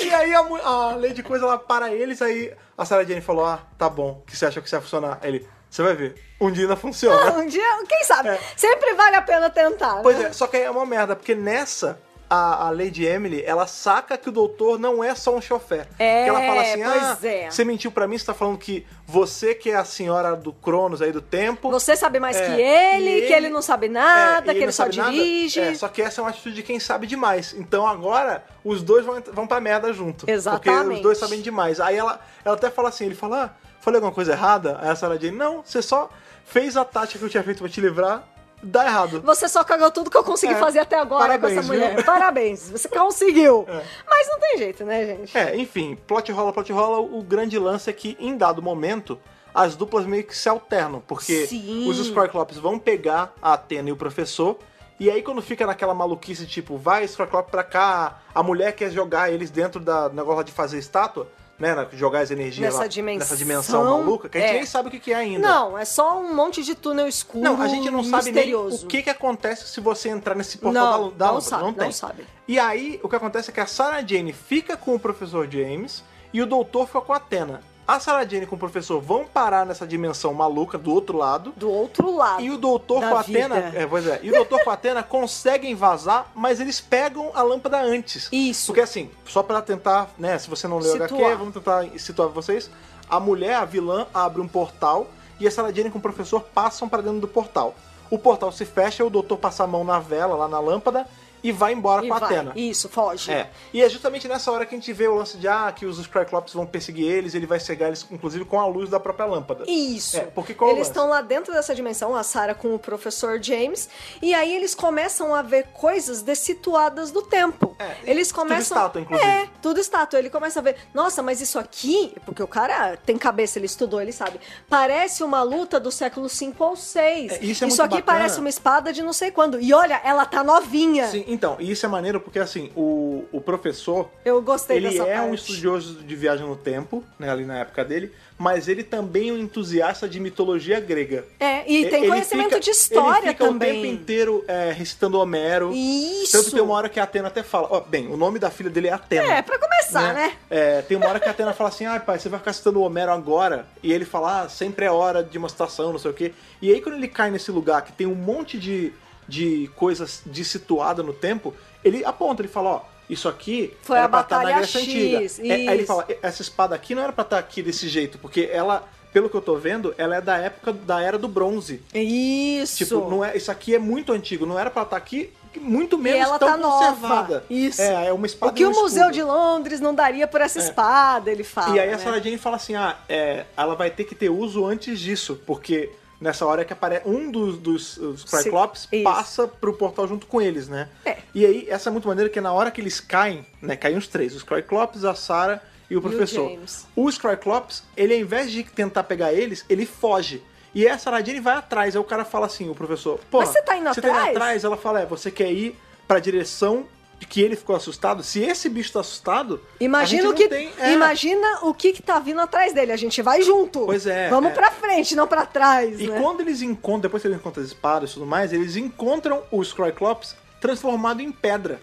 E aí a, mu- a Lady Coisa ela para eles, aí a Sarah Jane falou: Ah, tá bom, que você achou que isso ia funcionar? Aí ele, você vai ver, um dia ainda funciona. um dia, quem sabe? Sempre vale a pena tentar. né? É. Pois é, só que aí é uma merda, porque nessa. A, a Lady Emily, ela saca que o doutor não é só um chofé. É, que ela fala assim: pois ah, é. você mentiu pra mim, você tá falando que você que é a senhora do Cronos aí do tempo. Você sabe mais É, que ele, e que ele não sabe É, e nada, que ele não só sabe nada. dirige. É, só que essa é uma atitude de quem sabe demais. Então agora os dois vão, vão pra merda junto. Porque os Exatamente. dois sabem demais. Aí ela, ela até fala assim: ele fala, ah, falei alguma coisa errada? Aí a Sarah Jane, não, você só fez a tática que eu tinha feito pra te livrar, dá errado. Você só cagou tudo que eu consegui É, fazer até agora com parabéns, essa viu? mulher. Parabéns, você conseguiu. É. Mas não tem jeito, né, gente? É, enfim, plot rola, plot rola. O grande lance é que, em dado momento, as duplas meio que se alternam, porque Sim. os Scorclops vão pegar a Atena e o professor, E aí quando fica naquela maluquice, tipo, vai Scroclop pra cá, a mulher quer jogar eles dentro da do negócio lá de fazer estátua, né? na- Jogar as energias Nessa lá, dimensão. nessa dimensão maluca, que a gente É. nem sabe o que que é ainda. Não, é só um monte de túnel escuro Não, a gente não sabe nem misterioso. o que, que acontece se você entrar nesse portal da, não, lâmpada. não sabe, não tem. sabe. E aí, o que acontece é que a Sarah Jane fica com o professor James e o doutor fica com a Atena. A Sarah Jane com o professor vão parar nessa dimensão maluca do outro lado. Do outro lado. E o doutor Da com a vida. Atena. É, pois é. E o doutor com a Atena conseguem vazar, mas eles pegam a lâmpada antes. Isso. Porque assim, só pra tentar, né, se você não leu o HQ, Situar. vamos tentar situar vocês. A mulher, a vilã, abre um portal e a Sarah Jane com o professor passam pra dentro do portal. O portal se fecha, o doutor passa a mão na vela, lá na lâmpada, e vai embora E tá com a vai. Atena. Isso, foge. É. E é justamente nessa hora que a gente vê o lance de ah, que os Scryclops vão perseguir eles, ele vai cegar eles, inclusive, com a luz da própria lâmpada. Isso. É, porque qual é o eles lance? estão lá dentro dessa dimensão, a Sarah com o professor James, e aí eles começam a ver coisas desituadas do tempo. É, eles tudo começam estátua, inclusive. É, tudo estátua. Ele começa a ver, nossa, mas isso aqui, porque o cara tem cabeça, ele estudou, ele sabe. Parece uma luta do século 5 ou 6. É, isso é muito aqui bacana. parece uma espada de não sei quando. E olha, ela tá novinha. Sim, então, e isso é maneiro porque assim, o, o professor, Eu gostei ele dessa é parte. um estudioso de viagem no tempo, né, ali na época dele, mas ele também é um entusiasta de mitologia grega. É, e tem Ele conhecimento fica- de história ele fica o tempo também. inteiro é, recitando Homero. Isso. Tanto tem uma hora que a Atena até fala, ó, bem, o nome da filha dele é Atena. É, pra começar, né? É, tem uma hora que a Atena fala assim: ai, pai, você vai ficar citando o Homero agora. E ele fala: ah, sempre é hora de uma citação, não sei o quê. E aí, quando ele cai nesse lugar que tem um monte de, de coisas de situada no tempo, ele aponta, ele fala: ó. Isso aqui Foi era a pra estar na Batalha Grécia X, Antiga. É, aí ele isso. fala, essa espada aqui não era pra estar aqui desse jeito, porque ela, pelo que eu tô vendo, ela é da época da Era do Bronze. Isso. Tipo, não é, isso aqui é muito antigo, não era pra estar aqui, muito menos ela tão tá nova. conservada. Isso. É, é uma espada O que e um o Museu escudo. de Londres não daria por essa espada, ele fala. É. E aí a né? Sarah Jane fala assim, ah, é, ela vai ter que ter uso antes disso, porque nessa hora é que aparece um dos, dos os Cyclops Isso. passa pro portal junto com eles, né? É. E aí essa é muito maneira que na hora que eles caem, né, caem os três, os Cyclops, a Sarah e o professor. James. O Cyclops, ele ao invés de tentar pegar eles, ele foge. E aí a Sarah Jane vai atrás, aí o cara fala assim, o professor, pô, Mas você tá indo você atrás? atrás? Ela fala, é, você quer ir pra direção de que ele ficou assustado? Se esse bicho tá assustado, a Imagina gente o que, não tem... é. imagina o que que tá vindo atrás dele. A gente vai junto. Pois é, Vamos é. pra frente, não pra trás, E né? quando eles encontram, depois que eles encontram as espadas e tudo mais, eles encontram o Scryclops transformado em pedra.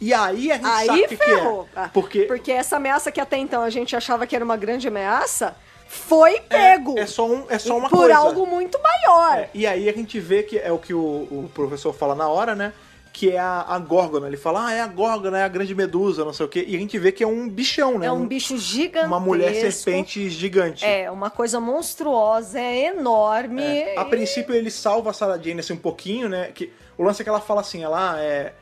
E aí a gente sabe Aí o que, que ferrou. Ah, é. Porque, Porque essa ameaça que até então a gente achava que era uma grande ameaça, foi pego. é só, um, é só uma por coisa. algo muito maior. É, e aí a gente vê que é o que o, o professor fala na hora, né? Que é a, a Górgona. Ele fala, ah, é a Górgona, é a grande medusa, não sei o quê. E a gente vê que é um bichão, né? É um bicho gigantesco. Uma mulher serpente gigante. É, uma coisa monstruosa, é enorme. É, A princípio ele salva a Sarah Jane assim um pouquinho, né? Que, o lance é que ela fala assim, ela é.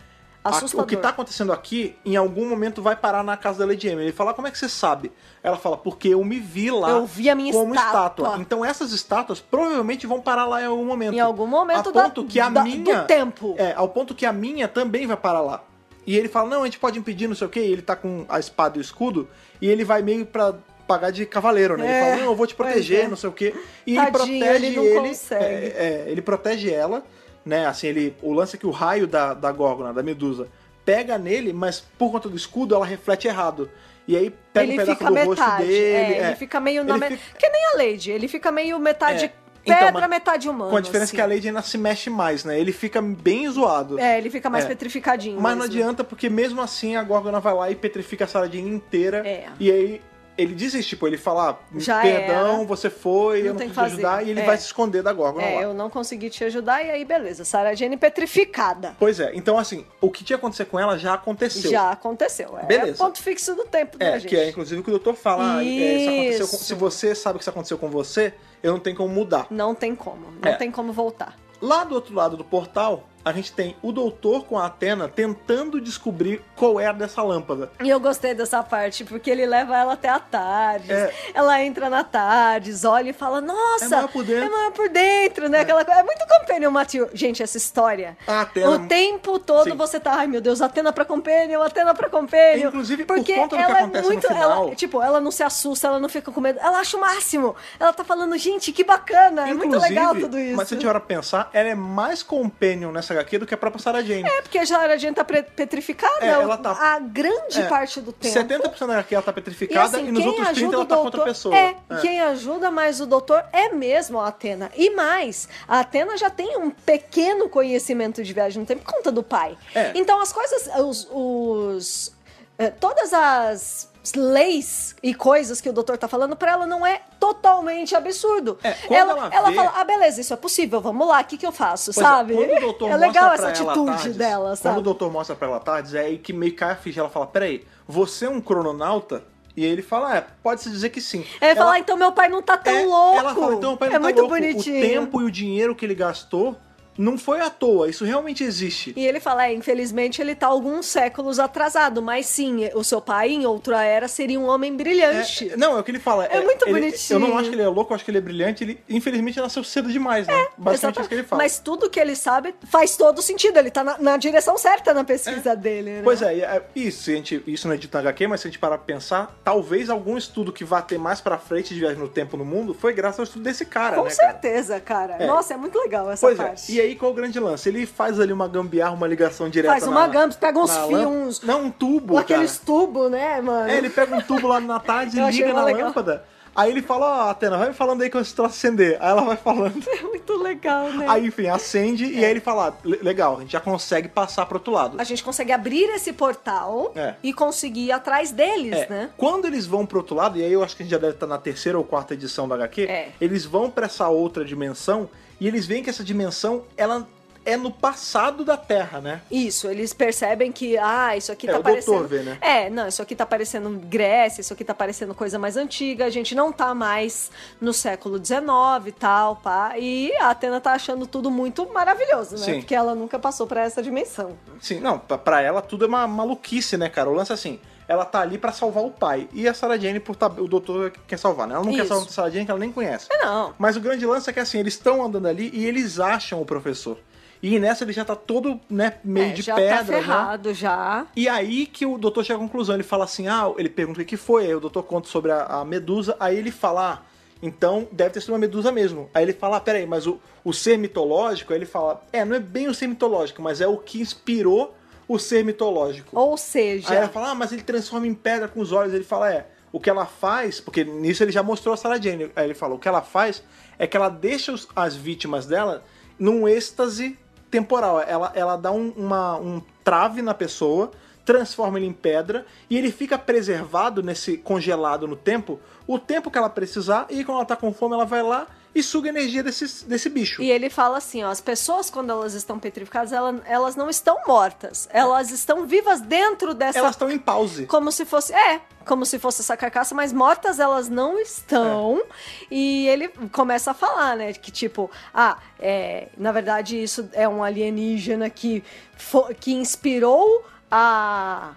a- Assustador. o que tá acontecendo aqui, em algum momento vai parar na casa da Lady Emily. Ele fala, como é que você sabe? Ela fala, porque eu me vi lá Eu vi a minha como estátua. Então essas estátuas provavelmente vão parar lá em algum momento. Em algum momento a da- ponto que a da- minha, do tempo. É, ao ponto que a minha também vai parar lá. E ele fala, não, a gente pode impedir, não sei o quê. E ele tá com a espada e o escudo. E ele vai meio pra pagar de cavaleiro, né? É, Ele fala, não, eu vou te pois proteger, é. não sei o quê. E ele Tadinho, protege ele não consegue. é, é, ele protege ela, né? Assim, ele, o lance é que o raio da, da górgona, da medusa, pega nele, mas por conta do escudo ela reflete errado. E aí pega um ele pedaço fica do rosto metade. dele. é, é. Ele fica meio na Ele metade. fica- Que nem a Lady, ele fica meio metade É, então, pedra, mas- metade humano. Com a diferença assim. que a Lady ainda se mexe mais, né? Ele fica bem zoado. É, ele fica mais É. petrificadinho. Mas não mesmo. adianta, porque mesmo assim a Gorgona vai lá e petrifica a saladinha inteira. É. E aí ele desiste, tipo, ele fala, Já perdão, era. você foi, Não eu não tem pude que fazer." ajudar, e ele É. vai se esconder da Gorgona lá. É, eu não consegui te ajudar, e aí beleza. Sarah Jane petrificada. Pois é, então assim, o que tinha acontecido com ela já aconteceu. Já aconteceu. É Beleza. ponto fixo do tempo, né, É, gente? que é inclusive o que o doutor fala. ah, é, isso aconteceu com- Isso. se você sabe que isso aconteceu com você, eu não tenho como mudar. Não tem como. Não É. tem como voltar. Lá do outro lado do portal, a gente tem o doutor com a Atena tentando descobrir qual é a dessa lâmpada. E eu gostei dessa parte, porque ele leva ela até a Tardes. É. Ela entra na Tardes, olha e fala: Nossa, É maior por dentro." É maior por dentro, né? Aquela coisa. É muito Companion Matthew. Gente, essa história. A Atena- é O tempo todo Sim. você tá, ai meu Deus, Atena pra Companion, Atena pra Companion. Inclusive, por porque conta do que ela acontece é no muito. final- ela, tipo, ela não se assusta, ela não fica com medo. Ela acha o máximo. Ela tá falando, gente, que bacana, é muito legal tudo isso. Mas se a gente para pensar, ela é mais companion nessa nessa HQ do que a própria Sarah Jane. É, porque a Sarah Jane tá pre- petrificada É, ela tá- a grande É, parte do tempo. 70% da HQ ela tá petrificada e, nos assim, quem outros 30 ajuda ela o tá com outra doutor- pessoa. É, quem ajuda mais o doutor é mesmo a Atena. E mais, a Atena já tem um pequeno conhecimento de viagem no tempo por conta do pai. É. Então as coisas, os, os- é, todas as leis e coisas que o doutor tá falando pra ela não é totalmente absurdo. É, quando ela vê- fala, ah, beleza, isso é possível, vamos lá, o que, que eu faço, Pois é, sabe? quando o doutor é legal mostra essa pra ela atitude tardes, dela, Quando o sabe? doutor mostra pra ela tardes, é aí que meio cai a ficha. Ela fala, peraí, você é um crononauta? E ele fala, é, pode-se dizer que sim. É Ela- falar, então meu pai não tá tão é, louco. Ela fala, então, pai, é não tá muito louco. bonitinho. O tempo e o dinheiro que ele gastou não foi à toa. Isso realmente existe. E ele fala, é, infelizmente ele tá alguns séculos atrasado, mas sim, o seu pai em outra era seria um homem brilhante. É, não, é o que ele fala. É muito ele- bonitinho. Eu não acho que ele é louco, eu acho que ele é brilhante. Ele, infelizmente, nasceu cedo demais, né? Basicamente é isso que ele fala. Mas tudo que ele sabe faz todo sentido, ele tá na, na direção certa na pesquisa dele, né? Pois é, e, é, isso, se a gente, isso não é dito na HQ, mas se a gente parar pra pensar, talvez algum estudo que vá ter mais pra frente de viagem no tempo no mundo foi graças ao estudo desse cara, Com né, cara? certeza, cara. É. Nossa, é muito legal essa Pois é, parte. e aí qual é o grande lance? Ele faz ali uma gambiarra, uma ligação direta faz uma na- gama, pega uns na lâmp- fios, uns, Não, um tubo, com cara. aqueles tubos, né, mano? É, ele pega um tubo lá na tarde Eu e achei liga mó na legal. lâmpada. Aí ele fala, ó, Atena, vai me falando aí que eu troço acender. Aí ela vai falando. É muito legal, né? Aí, enfim, acende É. e aí ele fala, ah, le- legal, a gente já consegue passar pro outro lado. A gente consegue abrir esse portal É. e conseguir ir atrás deles, É, né? Quando eles vão pro outro lado, e aí eu acho que a gente já deve estar na terceira ou quarta edição da HQ, É. eles vão pra essa outra dimensão e eles veem que essa dimensão ela é no passado da Terra, né? Isso, eles percebem que, ah, isso aqui É, tá o doutor parecendo. vê, né? É, não, isso aqui tá parecendo Grécia, isso aqui tá parecendo coisa mais antiga, a gente não tá mais no século XIX e tal, pá. E a Atena tá achando tudo muito maravilhoso, né? Sim. Porque ela nunca passou pra essa dimensão. Sim, não, pra- pra ela tudo é uma maluquice, né, cara? O lance é assim, ela tá ali pra salvar o pai. E a Sarah Jane, por tá, o doutor quer salvar, né? Ela não quer Isso. salvar a Sarah Jane, que ela nem conhece. É, não. Mas o grande lance é que assim, eles estão andando ali e eles acham o professor. E nessa ele já tá todo, né, meio É, de já pedra, tá né? ferrado já. E aí que o doutor chega à conclusão. Ele fala assim: ah, ele pergunta o que que foi. Aí o doutor conta sobre a, a medusa. Aí ele fala: ah, então deve ter sido uma medusa mesmo. Aí ele fala: ah, peraí, mas o, o ser mitológico? Aí ele fala: é, não é bem o ser mitológico, mas é o que inspirou o ser mitológico. Ou Aí ela seja, fala: ah, mas ele transforma em pedra com os olhos. Ele fala: é. O que ela faz, porque nisso ele já mostrou a Sarah Jane. Aí ele fala: o que ela faz é que ela deixa os- as vítimas dela num êxtase temporal. Ela, ela dá um, uma- um trave na pessoa, transforma ele em pedra e ele fica preservado nesse congelado no tempo, o tempo que ela precisar. E quando ela tá com fome, ela vai lá e suga a energia desse, desse bicho. E ele fala assim, ó, as pessoas quando elas estão petrificadas, ela- elas não estão mortas, elas estão vivas dentro dessa Elas estão em pause. Como se fosse. É, como se fosse essa carcaça, mas mortas elas não É. estão. E ele começa a falar, né? Que tipo, ah, é, na verdade isso é um alienígena que, fo- que inspirou a.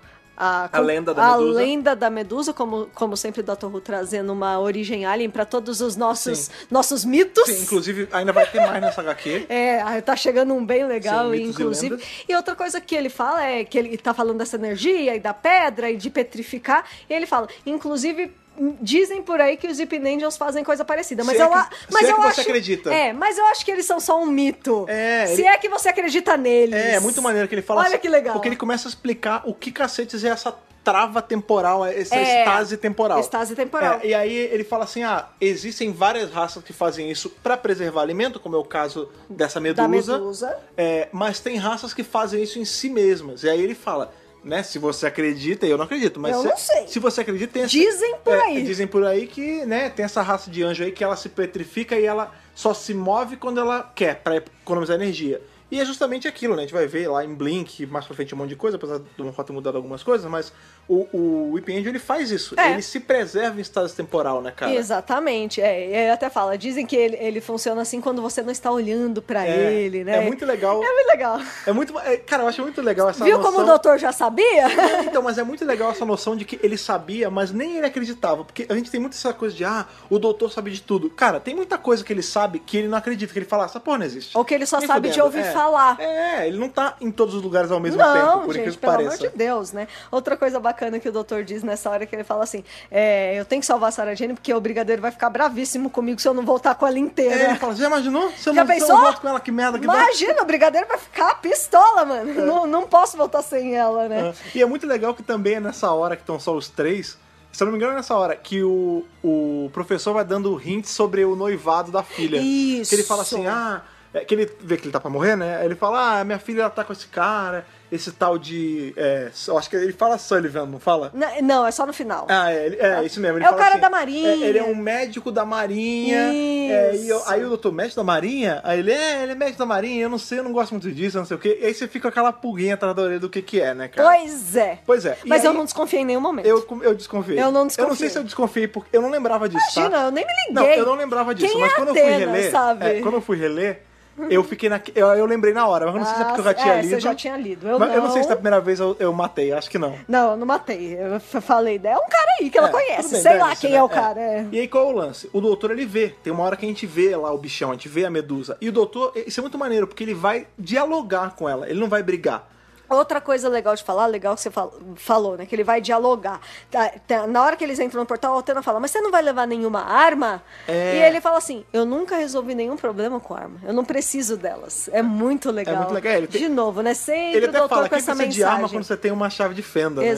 A, A lenda da a Medusa. lenda da Medusa, como, como sempre o Dr. Who trazendo uma origem alien para todos os nossos, Sim. nossos mitos. Sim, inclusive, ainda vai ter mais nessa HQ. É, ah, tá chegando um bem legal, Sim, mitos e inclusive. lendas. E, outra coisa que ele fala é que ele tá falando dessa energia e da pedra e de petrificar. E ele fala, inclusive. m- Dizem por aí que os Hip Angels fazem coisa parecida, mas Se é eu, que- a- se mas é eu que você acho acredita. É, mas eu acho que eles são só um mito. É, se ele- é que você acredita neles. É, é muito maneiro que ele fala Olha assim, que legal. Porque ele começa a explicar o que cacetes é essa trava temporal, essa É, estase temporal. Estase temporal. É, e aí ele fala assim: ah, existem várias raças que fazem isso pra preservar alimento, como é o caso dessa medusa. da Medusa. É, mas tem raças que fazem isso em si mesmas. E aí ele fala, né? Se você acredita, eu não acredito, mas Eu se, não sei. se você acredita, tem essa, Dizem por é, aí. dizem por aí que, né, tem essa raça de anjo aí que ela se petrifica e ela só se move quando ela quer, pra economizar energia. E é justamente aquilo, né? A gente vai ver lá em Blink, mais pra frente um monte de coisa, apesar do Manhattan ter mudado algumas coisas, mas o, o Whip Angel, ele faz isso. É. Ele se preserva em estado temporal, né, cara? Exatamente. É, e ele até fala, dizem que ele, ele funciona assim quando você não está olhando pra É, ele, né? É muito legal. É muito legal. É muito, é, cara, eu acho muito legal essa Viu noção. como o doutor já sabia? É, Então, mas é muito legal essa noção de que ele sabia, mas nem ele acreditava. Porque a gente tem muito essa coisa de, ah, o doutor sabe de tudo. Cara, tem muita coisa que ele sabe que ele não acredita, que ele fala, essa porra não existe. Ou que ele só Nem sabe de fudendo, ouvir é. tá lá. É, ele não tá em todos os lugares ao mesmo não, tempo, por gente, incrível que pelo pareça. amor de Deus, né? Outra coisa bacana que o doutor diz nessa hora é que ele fala assim: é, eu tenho que salvar a Sarah Jane porque o brigadeiro vai ficar bravíssimo comigo se eu não voltar com ela É, inteira. ele fala, já imaginou? Se eu, Já não, se eu pensou? não volto com ela, que merda que dá. Imagina, o brigadeiro vai ficar pistola, mano. Não, não posso voltar sem ela, né? Ah, E é muito legal que também é nessa hora que estão só os três. Se eu não me engano, é nessa hora que o, o professor vai dando hint sobre o noivado da filha. Isso. Que ele fala assim, ah. é que ele vê que ele tá pra morrer, né? Aí Ele fala, ah, minha filha ela tá com esse cara, esse tal de. é, eu acho que ele fala Sullivan, não fala? N- Não, é só no final. Ah, é, ele- é isso mesmo. Ele É o fala cara assim, da Marinha. é, ele é um médico da Marinha. é, e eu- aí o doutor, médico da Marinha? Aí ele, é, ele é médico da Marinha, eu não sei, eu não gosto muito disso, eu não sei o quê. E aí você fica com aquela pulguinha atrás da orelha do que que é, né, cara? Pois é. Pois é. E Mas eu aí, não desconfiei em nenhum momento. eu, eu desconfiei. Eu não Eu não sei desconfiei. se eu desconfiei, porque eu não lembrava disso, tá? Imagina, eu nem me liguei. Não, eu não lembrava disso, Quem mas é quando eu fui Atena, reler. sabe? é, quando eu fui reler, eu fiquei na. Eu, eu lembrei na hora, mas eu não sei se é porque eu já Ah, tinha é, lido. você já tinha lido. Eu mas não. eu não sei se tá da primeira vez eu, eu matei, acho que não. Não, eu não matei. Eu f- falei, é um cara aí que ela É, conhece. tudo bem, Sei lá dane-se, quem né? é o cara. é. E aí qual é o lance? O doutor ele vê, tem uma hora que a gente vê lá o bichão, a gente vê a medusa. E o doutor, isso é muito maneiro, porque ele vai dialogar com ela, ele não vai brigar. Outra coisa legal de falar, legal que você fal- falou, né? Que ele vai dialogar. Tá, tá, na hora que eles entram no portal, a Altena fala, mas você não vai levar nenhuma arma? É. E ele fala assim, eu nunca resolvi nenhum problema com arma. Eu não preciso delas. É muito legal. muito legal. Ele tem- De novo, né? Sempre Ele o até doutor fala, com quem essa precisa mensagem. de arma quando você tem uma chave de fenda, né?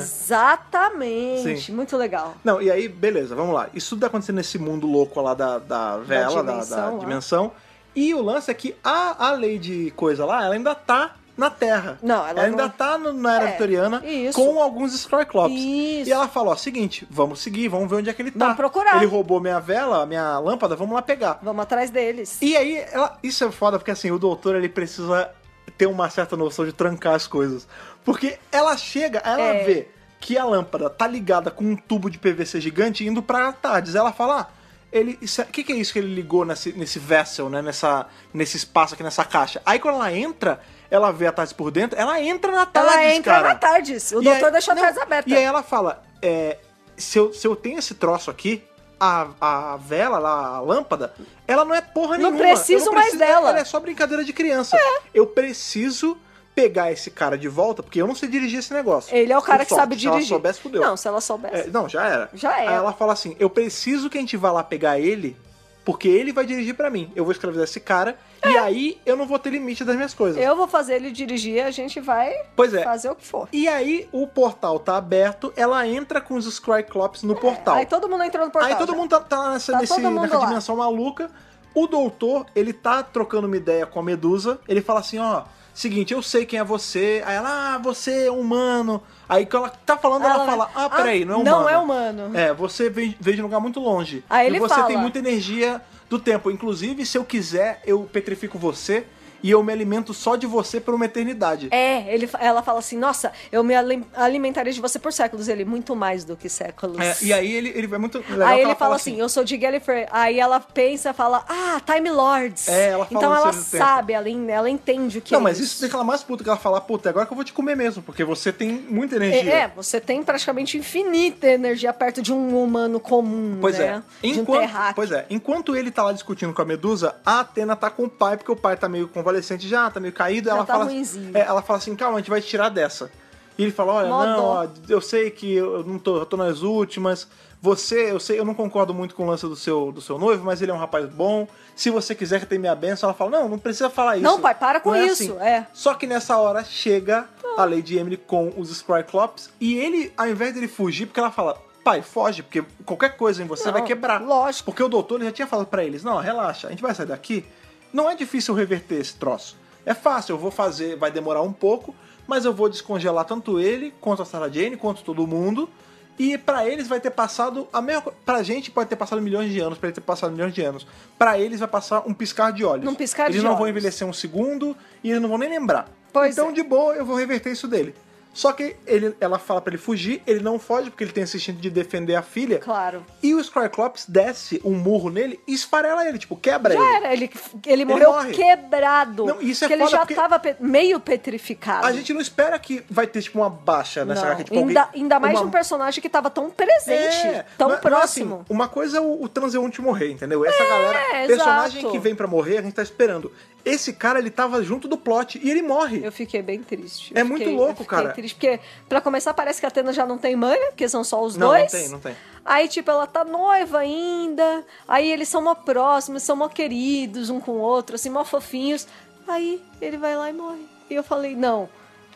Exatamente. Sim. Muito legal. Não, e aí, beleza, vamos lá. Isso tudo tá acontecendo nesse mundo louco lá da, da vela, da da dimensão. dimensão é. lá. E o lance é que a, a lei de coisa lá, ela ainda tá na Terra. Não, ela não- ainda tá no- na Era É, Vitoriana isso. com alguns Scryclops. Isso. E ela fala, ó, seguinte, vamos seguir, vamos ver onde é que ele tá. Vamos procurar. Ele roubou minha vela, minha lâmpada, vamos lá pegar. Vamos atrás deles. E aí, ela- isso é foda, porque assim, o doutor ele precisa ter uma certa noção de trancar as coisas. Porque ela chega, ela É. vê que a lâmpada tá ligada com um tubo de PVC gigante indo pra Tardes. Ela fala, ah, ele, o que, que é isso que ele ligou nesse, nesse vessel, né? Nessa, nesse espaço aqui, nessa caixa. Aí quando ela entra, ela vê a Tardes por dentro, ela entra na Tardes, ela entra tá cara. na tardes. O E doutor aí- deixou a não, tardes aberta. E aí ela fala: é, se, eu, se eu tenho esse troço aqui, a, a vela lá, a lâmpada, ela não é porra Não nenhuma. preciso Eu mais dela. É. Ela é só brincadeira de criança. Eu preciso pegar esse cara de volta, porque eu não sei dirigir esse negócio. Ele é o cara Com que sorte, sabe dirigir. Se ela soubesse, fudeu. Não, se ela soubesse. É, não, já era. Já Aí era. ela fala assim: eu preciso que a gente vá lá pegar ele, porque ele vai dirigir pra mim. Eu vou escravizar esse cara, e aí eu não vou ter limite das minhas coisas. É. Eu vou fazer ele dirigir, a gente vai Pois é, fazer o que for. e aí o portal tá aberto, ela entra com os Scryclops no portal. É, Aí todo mundo entrou no portal. Então. Aí todo já. mundo tá, tá lá nessa, Tá nesse- todo mundo nessa lá. dimensão maluca. O doutor, ele tá trocando uma ideia com a Medusa. Ele fala assim, ó... Seguinte, eu sei quem é você. Aí ela, ah, você é humano. Aí quando ela tá falando, ela, Ela- né? fala, ah, peraí, não é humano. Não é humano. É, você veio, veio de um lugar muito longe. Aí ele e você fala. tem muita energia do tempo. Inclusive, se eu quiser, eu petrifico você e eu me alimento só de você por uma eternidade. É, ele, fa- ela fala assim, nossa, eu me alim- alimentarei de você por séculos. Ele, muito mais do que séculos. É, e aí ele, ele é muito legal Aí que ele ela fala, assim, eu sou de Gallifrey. Aí ela pensa, fala, ah, Time Lords. É, ela fala então no ela Senhor do Tempo. sabe, ela, en- ela entende o que Não, é mas isso deixa ela mais puta que ela fala, puta, agora que eu vou te comer mesmo, porque você tem muita energia. É, é, você tem praticamente infinita energia perto de um humano comum, Pois né? é. De um Enquanto, terráqueo. pois é, enquanto ele tá lá discutindo com a Medusa, a Atena tá com o pai, porque o pai tá meio convalescente já, tá meio caído. Já ela tá fala, ruinzinho. é, ela fala assim, calma, a gente vai te tirar dessa. E ele fala, olha, Mó não, dó. ó, eu sei que eu não tô, eu tô nas últimas. Você, eu sei, eu não concordo muito com o lance do seu, do seu noivo, mas ele é um rapaz bom. Se você quiser que tenha minha benção, ela fala, não, não precisa falar isso. Não, pai, para com Não é isso, assim. é. Só que nessa hora chega a Lady Emily com os Scryclops e ele, ao invés dele fugir, porque ela fala, pai, foge, porque qualquer coisa em você Não, vai quebrar. lógico. Porque o doutor ele já tinha falado pra eles, não, relaxa, a gente vai sair daqui. Não é difícil reverter esse troço. É fácil, eu vou fazer, vai demorar um pouco, mas eu vou descongelar tanto ele, quanto a Sarah Jane, quanto todo mundo. E pra eles vai ter passado a mesma coisa. Pra gente pode ter passado milhões de anos, pra ele ter passado milhões de anos. Pra eles vai passar um piscar de olhos. Num piscar eles de não vão olhos. envelhecer um segundo e eles não vão nem lembrar. Pois então, é. de boa, eu vou reverter isso dele. Só que ele, ela fala pra ele fugir, ele não foge porque ele tem esse instinto de defender a filha. é Claro. E o Scorclops desce um murro nele e esfarela ele, tipo, quebra Já é. ele. era, ele, ele morreu morre. quebrado. Não, isso é porque ele foda já porque- tava pe- meio petrificado. A gente não espera que vai ter, tipo, uma baixa nessa Não, HQ. Tipo, ainda, alguém- ainda mais uma- de um personagem que tava tão presente, É, tão não é- não é assim, próximo. É, uma coisa é o, o transeunte morrer, entendeu? Essa galera, exato. personagem que vem pra morrer, a gente tá esperando. Esse cara, ele tava junto do plot e ele morre. Eu fiquei bem triste. É Eu muito fiquei- louco, eu fiquei cara. Triste, porque, pra começar, parece que a Atena já não tem mãe, porque são só os Não, não dois. tem, não tem. Aí, tipo, ela tá noiva ainda. Aí eles são mó próximos, são mó queridos um com o outro, assim, mó fofinhos. Aí ele vai lá e morre. E eu falei, não,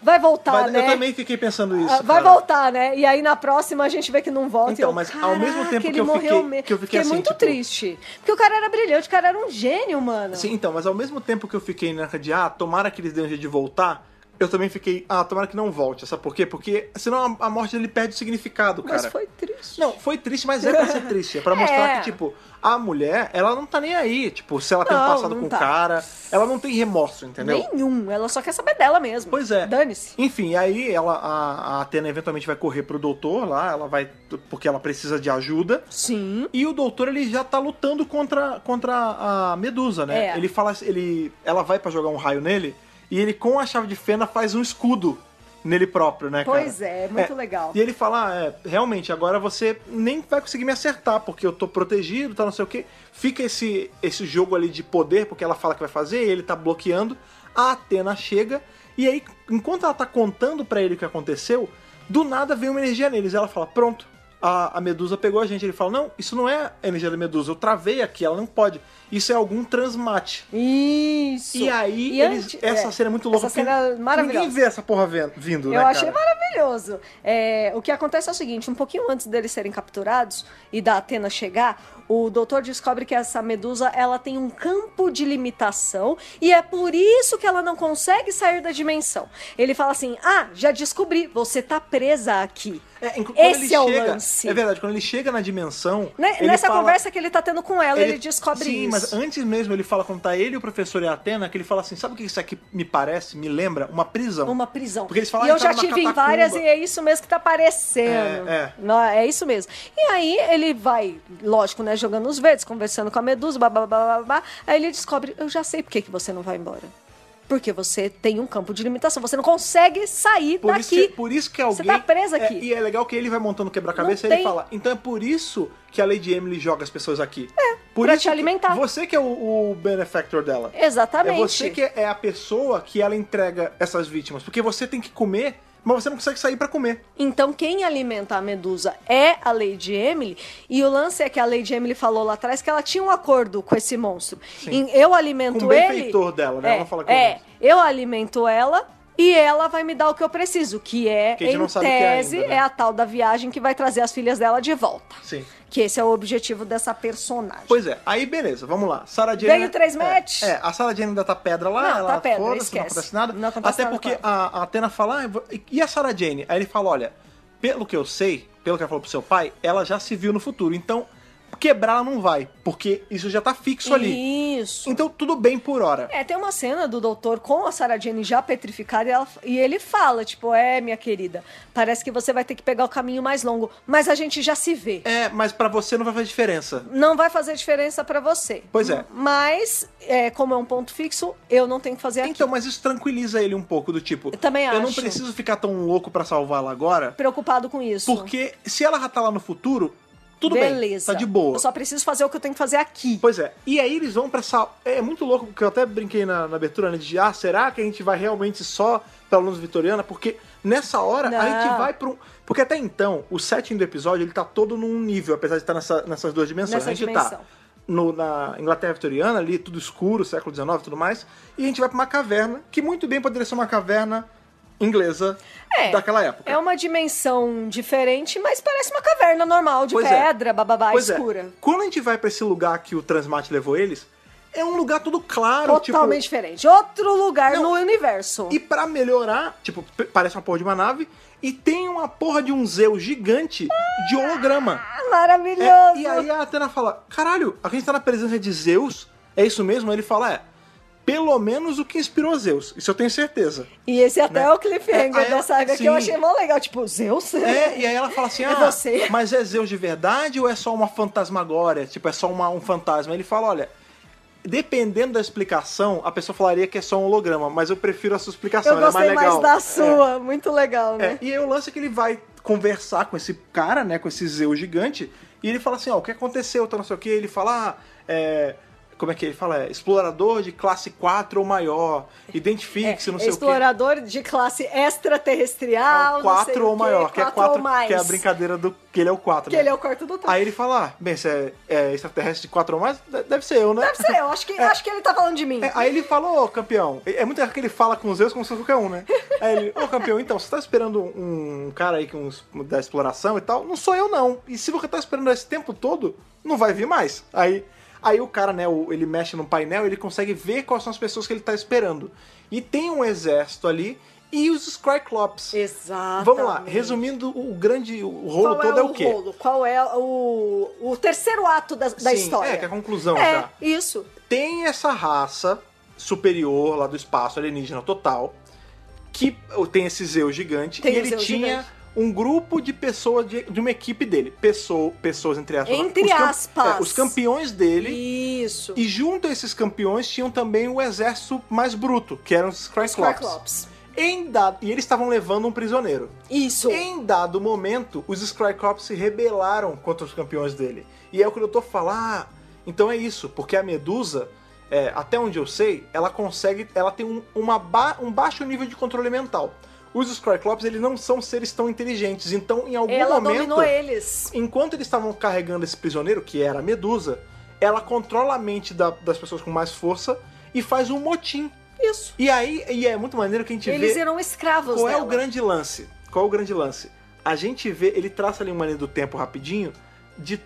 vai voltar, Vai- né? Eu também fiquei pensando isso. Ah, vai cara. voltar, né? E aí na próxima a gente vê que não volta. e Então, eu, mas ao mesmo "Caraca, tempo que ele eu morreu fiquei- mesmo." que eu fiquei assim, muito tipo- triste. Porque o cara era brilhante, o cara era um gênio, mano. Sim, então, mas ao mesmo tempo que eu fiquei na de, ah, tomara que eles deem um jeito de voltar, eu também fiquei, ah, tomara que não volte, sabe por quê? Porque senão a, a morte dele perde o significado, mas cara. foi triste. Não, foi triste, mas é pra ser triste. É pra mostrar É. que, tipo, a mulher, ela não tá nem aí. Tipo, se ela tem um Não, passado não com o tá. cara, ela não tem remorso, entendeu? Nenhum. Ela só quer saber dela mesmo. Pois é. Dane-se. Enfim, aí ela, a, a Atena eventualmente vai correr pro doutor lá, ela vai. Porque ela precisa de ajuda. Sim. E o doutor ele já tá lutando contra, contra a Medusa, né? É. Ele fala, ele, ela vai pra jogar um raio nele e ele com a chave de fenda faz um escudo nele próprio, né, cara? Pois é, muito legal. E ele fala, ah, é, realmente, agora você nem vai conseguir me acertar porque eu tô protegido, tá não sei o quê. Fica esse esse jogo ali de poder porque ela fala que vai fazer, ele tá bloqueando. A Atena chega e aí enquanto ela tá contando pra ele o que aconteceu, do nada vem uma energia neles. Ela fala: Pronto, a, a Medusa pegou a gente. Ele fala: Não, isso não é a energia da Medusa. Eu travei aqui, ela não pode. Isso é algum transmate. Isso. E aí, E eles- antes- essa é, cena é muito louca. essa porque cena é maravilhosa. Ninguém vê essa porra ven- vindo, né? Eu achei cara? maravilhoso. É, o que acontece é o seguinte: um pouquinho antes deles serem capturados e da Atena chegar, o doutor descobre que essa medusa ela tem um campo de limitação e é por isso que ela não consegue sair da dimensão. Ele fala assim: Ah, já descobri, você tá presa aqui. É, inclu- quando Esse ele é o chega, lance. É verdade, quando ele chega na dimensão. Né? ele Nessa fala- conversa que ele tá tendo com ela, ele, descobre Sim, isso. mas antes mesmo ele fala quando tá ele, o professor e a Atena, que ele fala assim: sabe o que isso aqui me parece? Me lembra? Uma prisão. Uma prisão. Porque eles falam, e "Ah, eu ele já tava numa tive em catacumba." várias e é isso mesmo que tá aparecendo. É, é. Não, é isso mesmo. E aí ele vai, lógico, né, jogando os verdes, conversando com a Medusa, blá, blá, blá, blá, blá. Aí ele descobre, eu já sei por que, que você não vai embora. Porque você tem um campo de limitação, você não consegue sair Por isso, daqui. que, por isso que alguém. tá preso é, aqui. e é legal que ele vai montando o quebra-cabeça e Não ele tem. fala. Então é por isso que a Lady Emily joga as pessoas aqui. É. Por pra isso te que- alimentar. Você que é o, o benefactor dela. É Exatamente. você que é a pessoa que ela entrega essas vítimas. Porque você tem que comer, mas você não consegue sair pra comer. Então, quem alimenta a medusa é a Lady Emily. E o lance é que a Lady Emily falou lá atrás que ela tinha um acordo com esse monstro. Sim. Em- Eu alimento Com o ele. benfeitor dela, né? É, Ela fala que é o é, monstro. eu alimento ela. E ela vai me dar o que eu preciso, que é, Que a gente em não sabe o que é tese, ainda, né? é a tal da viagem que vai trazer as filhas dela de volta. Sim. Que esse é o objetivo dessa personagem. Pois é, aí beleza, vamos lá. Sarah Jane. Ganho três é, match. É, a Sarah Jane ainda tá pedra lá, Não, ela tá pedra, foda-se, não esquece. acontece nada. Não acontece Até nada porque com a, a Atena fala, ah, eu vou- e- e a Sarah Jane? Aí ele fala: olha, pelo que eu sei, pelo que ela falou pro seu pai, ela já se viu no futuro. Então, quebrar ela não vai, porque isso já tá fixo ali. Isso. Então, tudo bem por hora. É, tem uma cena do doutor com a Sarah Jane já petrificada e, ela- e ele fala, tipo, é, minha querida, parece que você vai ter que pegar o caminho mais longo, mas a gente já se vê. É, mas pra você não vai fazer diferença. Não vai fazer diferença pra você. Pois é. Mas, é, como é um ponto fixo, eu não tenho que fazer aqui. Então, mas isso tranquiliza ele um pouco, do tipo. Eu também Eu não acho. preciso ficar tão louco pra salvá-la agora, Preocupado com isso. porque se ela já tá lá no futuro, tudo bem. Beleza. Tá de boa. Eu só preciso fazer o que eu tenho que fazer aqui. Pois é, e aí eles vão pra essa. É muito louco, porque eu até brinquei na, na abertura, né? De ah, será que a gente vai realmente só pra luz vitoriana? Porque nessa hora a Não. gente vai pra um. Porque até então, o setting do episódio ele tá todo num nível, apesar de estar nessa- nessas duas dimensões. Nessa a gente tá dimensão. no- na Inglaterra vitoriana, ali, tudo escuro, século XIX e tudo mais. E a gente vai pra uma caverna, que muito bem poderia ser uma caverna inglesa É. daquela época. É uma dimensão diferente, mas parece uma caverna normal, de Pois é. pedra, bababá, Pois escura. é, quando a gente vai pra esse lugar que o Transmate levou eles, é um lugar todo claro, tipo. Totalmente diferente. Outro lugar Não, no universo. E pra melhorar, tipo, p- parece uma porra de uma nave, e tem uma porra de um Zeus gigante de holograma. Ah, É, Maravilhoso! e aí a Atena fala: caralho, a gente tá na presença de Zeus, é isso mesmo? Aí ele fala: é. pelo menos o que inspirou Zeus. Isso eu tenho certeza. E esse até Né? é o cliffhanger É, aí da ela- saga sim. que eu achei mó legal. Tipo, Zeus? É, e aí ela fala assim: É ah, você." mas é Zeus de verdade ou é só uma fantasmagória? Tipo, é só uma- um fantasma? Ele fala: olha, dependendo da explicação, a pessoa falaria que é só um holograma, mas eu prefiro a sua explicação, eu ela é gostei mais mais, legal. da É. sua. Muito legal, É, né? e aí o lance é que ele vai conversar com esse cara, né? Com esse Zeus gigante, e ele fala assim, ó, o que aconteceu, tá não sei o que, ele fala, ah, é, Como é que ele fala? É, explorador de classe 4 ou maior. Identifique-se, é não sei o quê. Explorador de classe extraterrestrial. não sei 4 o ou quê, maior, que é quatro 4, ou mais. que é a brincadeira do que ele é o 4, Que né? ele é o quarto do Aí ele fala, ah, bem, se é, é extraterrestre de 4 ou mais, de- deve ser eu, né? Deve ser, eu acho que, acho que ele tá falando de mim. É, aí ele fala, ô campeão. É é muito errado que ele fala com os Zeus como se fosse qualquer um, né? Aí ele, ô campeão, então, você tá esperando um cara aí com os- da exploração e tal? Não sou eu, não. E se você tá esperando esse tempo todo, não vai vir mais. Aí, aí o cara, né, o- ele mexe no painel, ele consegue ver quais são as pessoas que ele tá esperando. E tem um exército ali e os Scryclops. Exato. Vamos lá, resumindo o grande o rolo Qual todo é é o quê? Rolo? Qual é o, o terceiro ato da, da Sim, história? É, que é a conclusão É, já. isso. tem essa raça superior lá do espaço alienígena total que tem esse Zeus gigante Tem e o ele Zeus tinha gigante. um grupo de pessoas de, de uma equipe dele, Pesso- pessoas entre aspas, Entre os cam- aspas. é, os campeões dele. Isso. E junto a esses campeões tinham também o exército mais bruto, que eram os Scryclops. Cyclops. Em dado, e eles estavam levando um prisioneiro. Isso. Em dado momento, os Scrycrops se rebelaram contra os campeões dele. E é o que o doutor fala, ah, então é isso, porque a Medusa, é, até onde eu sei, ela consegue, ela tem um, uma ba- um baixo nível de controle mental. Os Scryclops, eles não são seres tão inteligentes, então em algum Ela momento, dominou eles. enquanto eles estavam carregando esse prisioneiro, que era a Medusa, ela controla a mente da- das pessoas com mais força e faz um motim. Isso. E aí, e é muito maneiro que a gente vê... Eles eram escravos Qual é dela. o grande lance? Qual é o grande lance? A gente vê, ele traça ali uma linha do tempo rapidinho de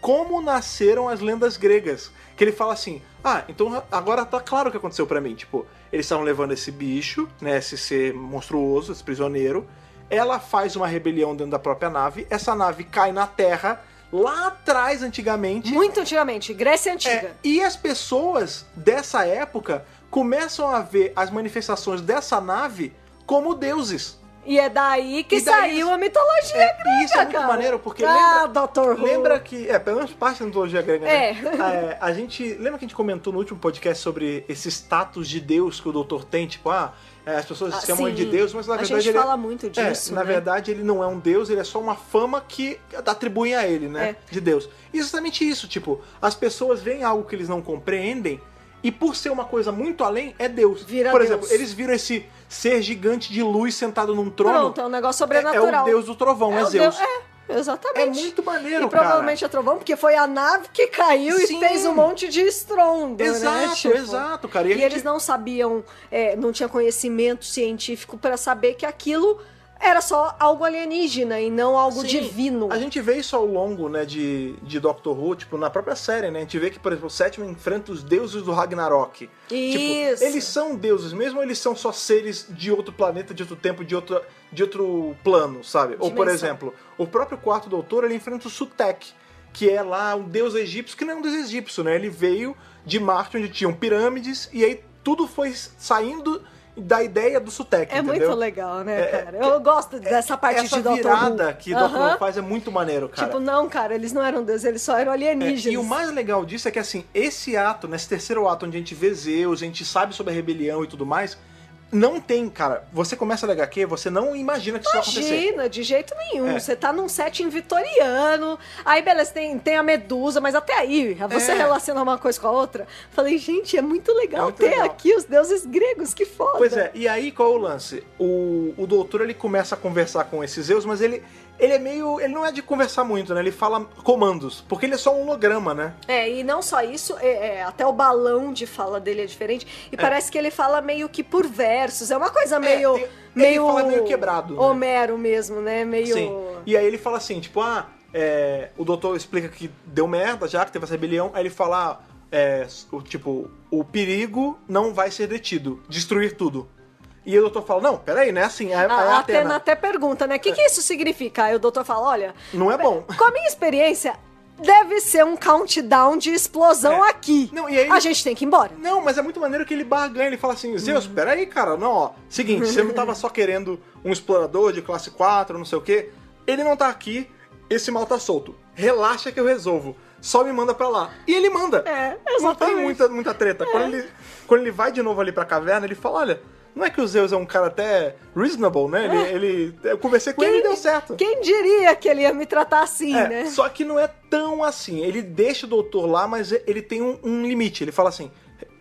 como nasceram as lendas gregas. Que ele fala assim: "Ah, então agora tá claro o que aconteceu pra mim, tipo, eles estavam levando esse bicho, né, esse ser monstruoso, esse prisioneiro. Ela faz uma rebelião dentro da própria nave, essa nave cai na terra lá atrás antigamente. Muito antigamente. Grécia É, Antiga. e as pessoas dessa época começam a ver as manifestações dessa nave como deuses. E é daí que E daí- saiu a mitologia É, e isso é muito cara. maneiro, porque ah, lembra, Dr. Who. lembra que. É, pelo menos parte da mitologia grega, né? É. É, a gente. Lembra que a gente comentou no último podcast sobre esse status de Deus que o doutor tem? Tipo, ah, é, as pessoas Ah, chamam ele de sim. Deus, mas na a verdade gente ele. fala muito é, disso, na né? verdade, ele não é um deus, ele é só uma fama que atribuem a ele, né? É. De Deus. E exatamente isso, tipo, as pessoas veem algo que eles não compreendem e por ser uma coisa muito além, é Deus. Vira por Deus. exemplo, eles viram esse ser gigante de luz sentado num trono. Pronto, é um é, negócio é sobrenatural. o deus do trovão, é, o Zeus. Deus- É, exatamente. É muito maneiro, E provavelmente é trovão, porque foi a nave que caiu Sim. e fez um monte de estrondo, cara. Exato, né? Tipo, exato, cara. E a gente- eles não sabiam, é, não tinha conhecimento científico pra saber que aquilo era só algo alienígena e não algo Sim. divino. A gente vê isso ao longo, né, de, de Doctor Who, tipo, na própria série, né? A gente vê que, por exemplo, o sétimo enfrenta os deuses do Ragnarok. Isso. Tipo, eles são deuses mesmo ou eles são só seres de outro planeta, de outro tempo, de outro, de outro plano, sabe? Ou, por Dimensão. exemplo, o próprio quarto doutor, ele enfrenta o Sutek, que é lá um deus egípcio, que não é um deus egípcio, né? Ele veio de Marte, onde tinham pirâmides, e aí tudo foi saindo da ideia do Sutek, É entendeu? muito legal, né, É, cara? Eu gosto dessa parte Essa de Dr. Who. virada que o Dr. Who Aham. faz é muito maneiro, cara. Tipo, não, cara, eles não eram deuses, eles só eram É, alienígenas. e o mais legal disso é que, assim, esse ato, nesse terceiro ato, onde a gente vê Zeus, a gente sabe sobre a rebelião e tudo mais, não tem, cara. Você começa a ler HQ, você não imagina que isso vai acontecer. Imagina, de jeito nenhum. É. Você tá num setting vitoriano. Aí, beleza, tem, tem a medusa, mas até aí, você É. relaciona uma coisa com a outra. Falei, gente, é muito legal É muito ter legal. aqui os deuses gregos, que foda. Pois é, e aí qual é o lance? O, o doutor, ele começa a conversar com esses Zeus, mas ele, ele é meio... Ele não é de conversar muito, né? Ele fala comandos, porque ele é só um holograma, né? É, e não só isso, é- é, até o balão de fala dele é diferente. E parece que ele fala meio que por versos. É uma coisa meio. tem- ele meio fala meio quebrado, né? Homero mesmo, né? Meio. Sim. E aí ele fala assim, tipo, ah, é, o doutor explica que deu merda já, que teve essa rebelião, aí ele fala, ah, é, o, tipo, o perigo não vai ser detido, destruir tudo. E o doutor fala, não, peraí, né, assim, a, A, a a Atena Atena até pergunta, né? O que, que isso significa? Aí o doutor fala: olha, não é bom. Com a minha experiência, deve ser um countdown de explosão É. aqui. Não, e aí A ele- gente tem que ir embora. Não, mas é muito maneiro que ele barganha, ele fala assim, Zeus, Uhum. peraí, cara, não, ó, seguinte, você não tava só querendo um explorador de classe 4, não sei o quê, ele não tá aqui, esse mal tá solto, relaxa que eu resolvo, só me manda pra lá. E ele manda. É, Não tem exatamente. É. muita, muita treta. Quando, ele, quando ele vai de novo ali pra caverna, ele fala, olha, não é que o Zeus é um cara até reasonable, né, ele, ele- eu conversei com ele e deu certo. É. Quem diria que ele ia me tratar assim, É, né? Só que não é tão assim. Ele deixa o doutor lá, mas ele tem um, um limite. Ele fala assim: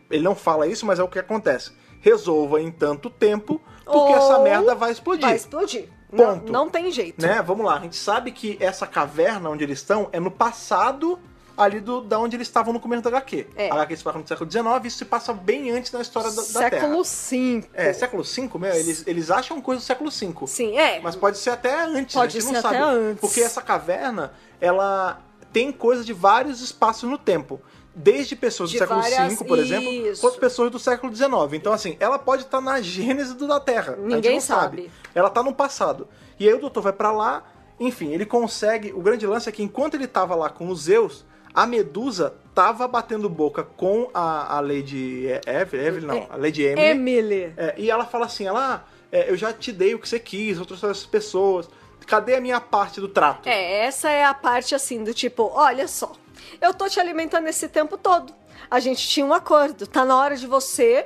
ele não fala isso, mas é o que acontece. Resolva em tanto tempo, porque Ou essa merda vai explodir. Vai explodir. Ponto. Não, não tem jeito. Né? Vamos lá, a gente sabe que essa caverna onde eles estão é no passado ali do, da onde eles estavam no começo da HQ. É. A HQ se passa no século XIX, isso se passa bem antes da história da, da Terra. Século V. É, século V, meu, eles, eles acham coisa do século V. Sim, é. Mas pode ser até antes, né? Pode a gente ser não até sabe. antes. Porque essa caverna, ela tem coisa de vários espaços no tempo. Desde pessoas do De século várias- V, por exemplo, isso. quanto pessoas do século XIX. Então, assim, ela pode estar na gênese do- da Terra. a gente Ninguém não sabe. sabe. Ela tá no passado. E aí o doutor vai pra lá, enfim, ele consegue. O grande lance é que enquanto ele tava lá com os Zeus, a Medusa tava batendo boca com a, a Lady E- Eve- Evelyn, não, a Lady Emily. Emily. É, e ela fala assim, ela, ah, é, eu já te dei o que você quis, eu trouxe essas pessoas, cadê a minha parte do trato? É, essa é a parte assim do tipo, olha só, eu tô te alimentando esse tempo todo. A gente tinha um acordo, tá na hora de você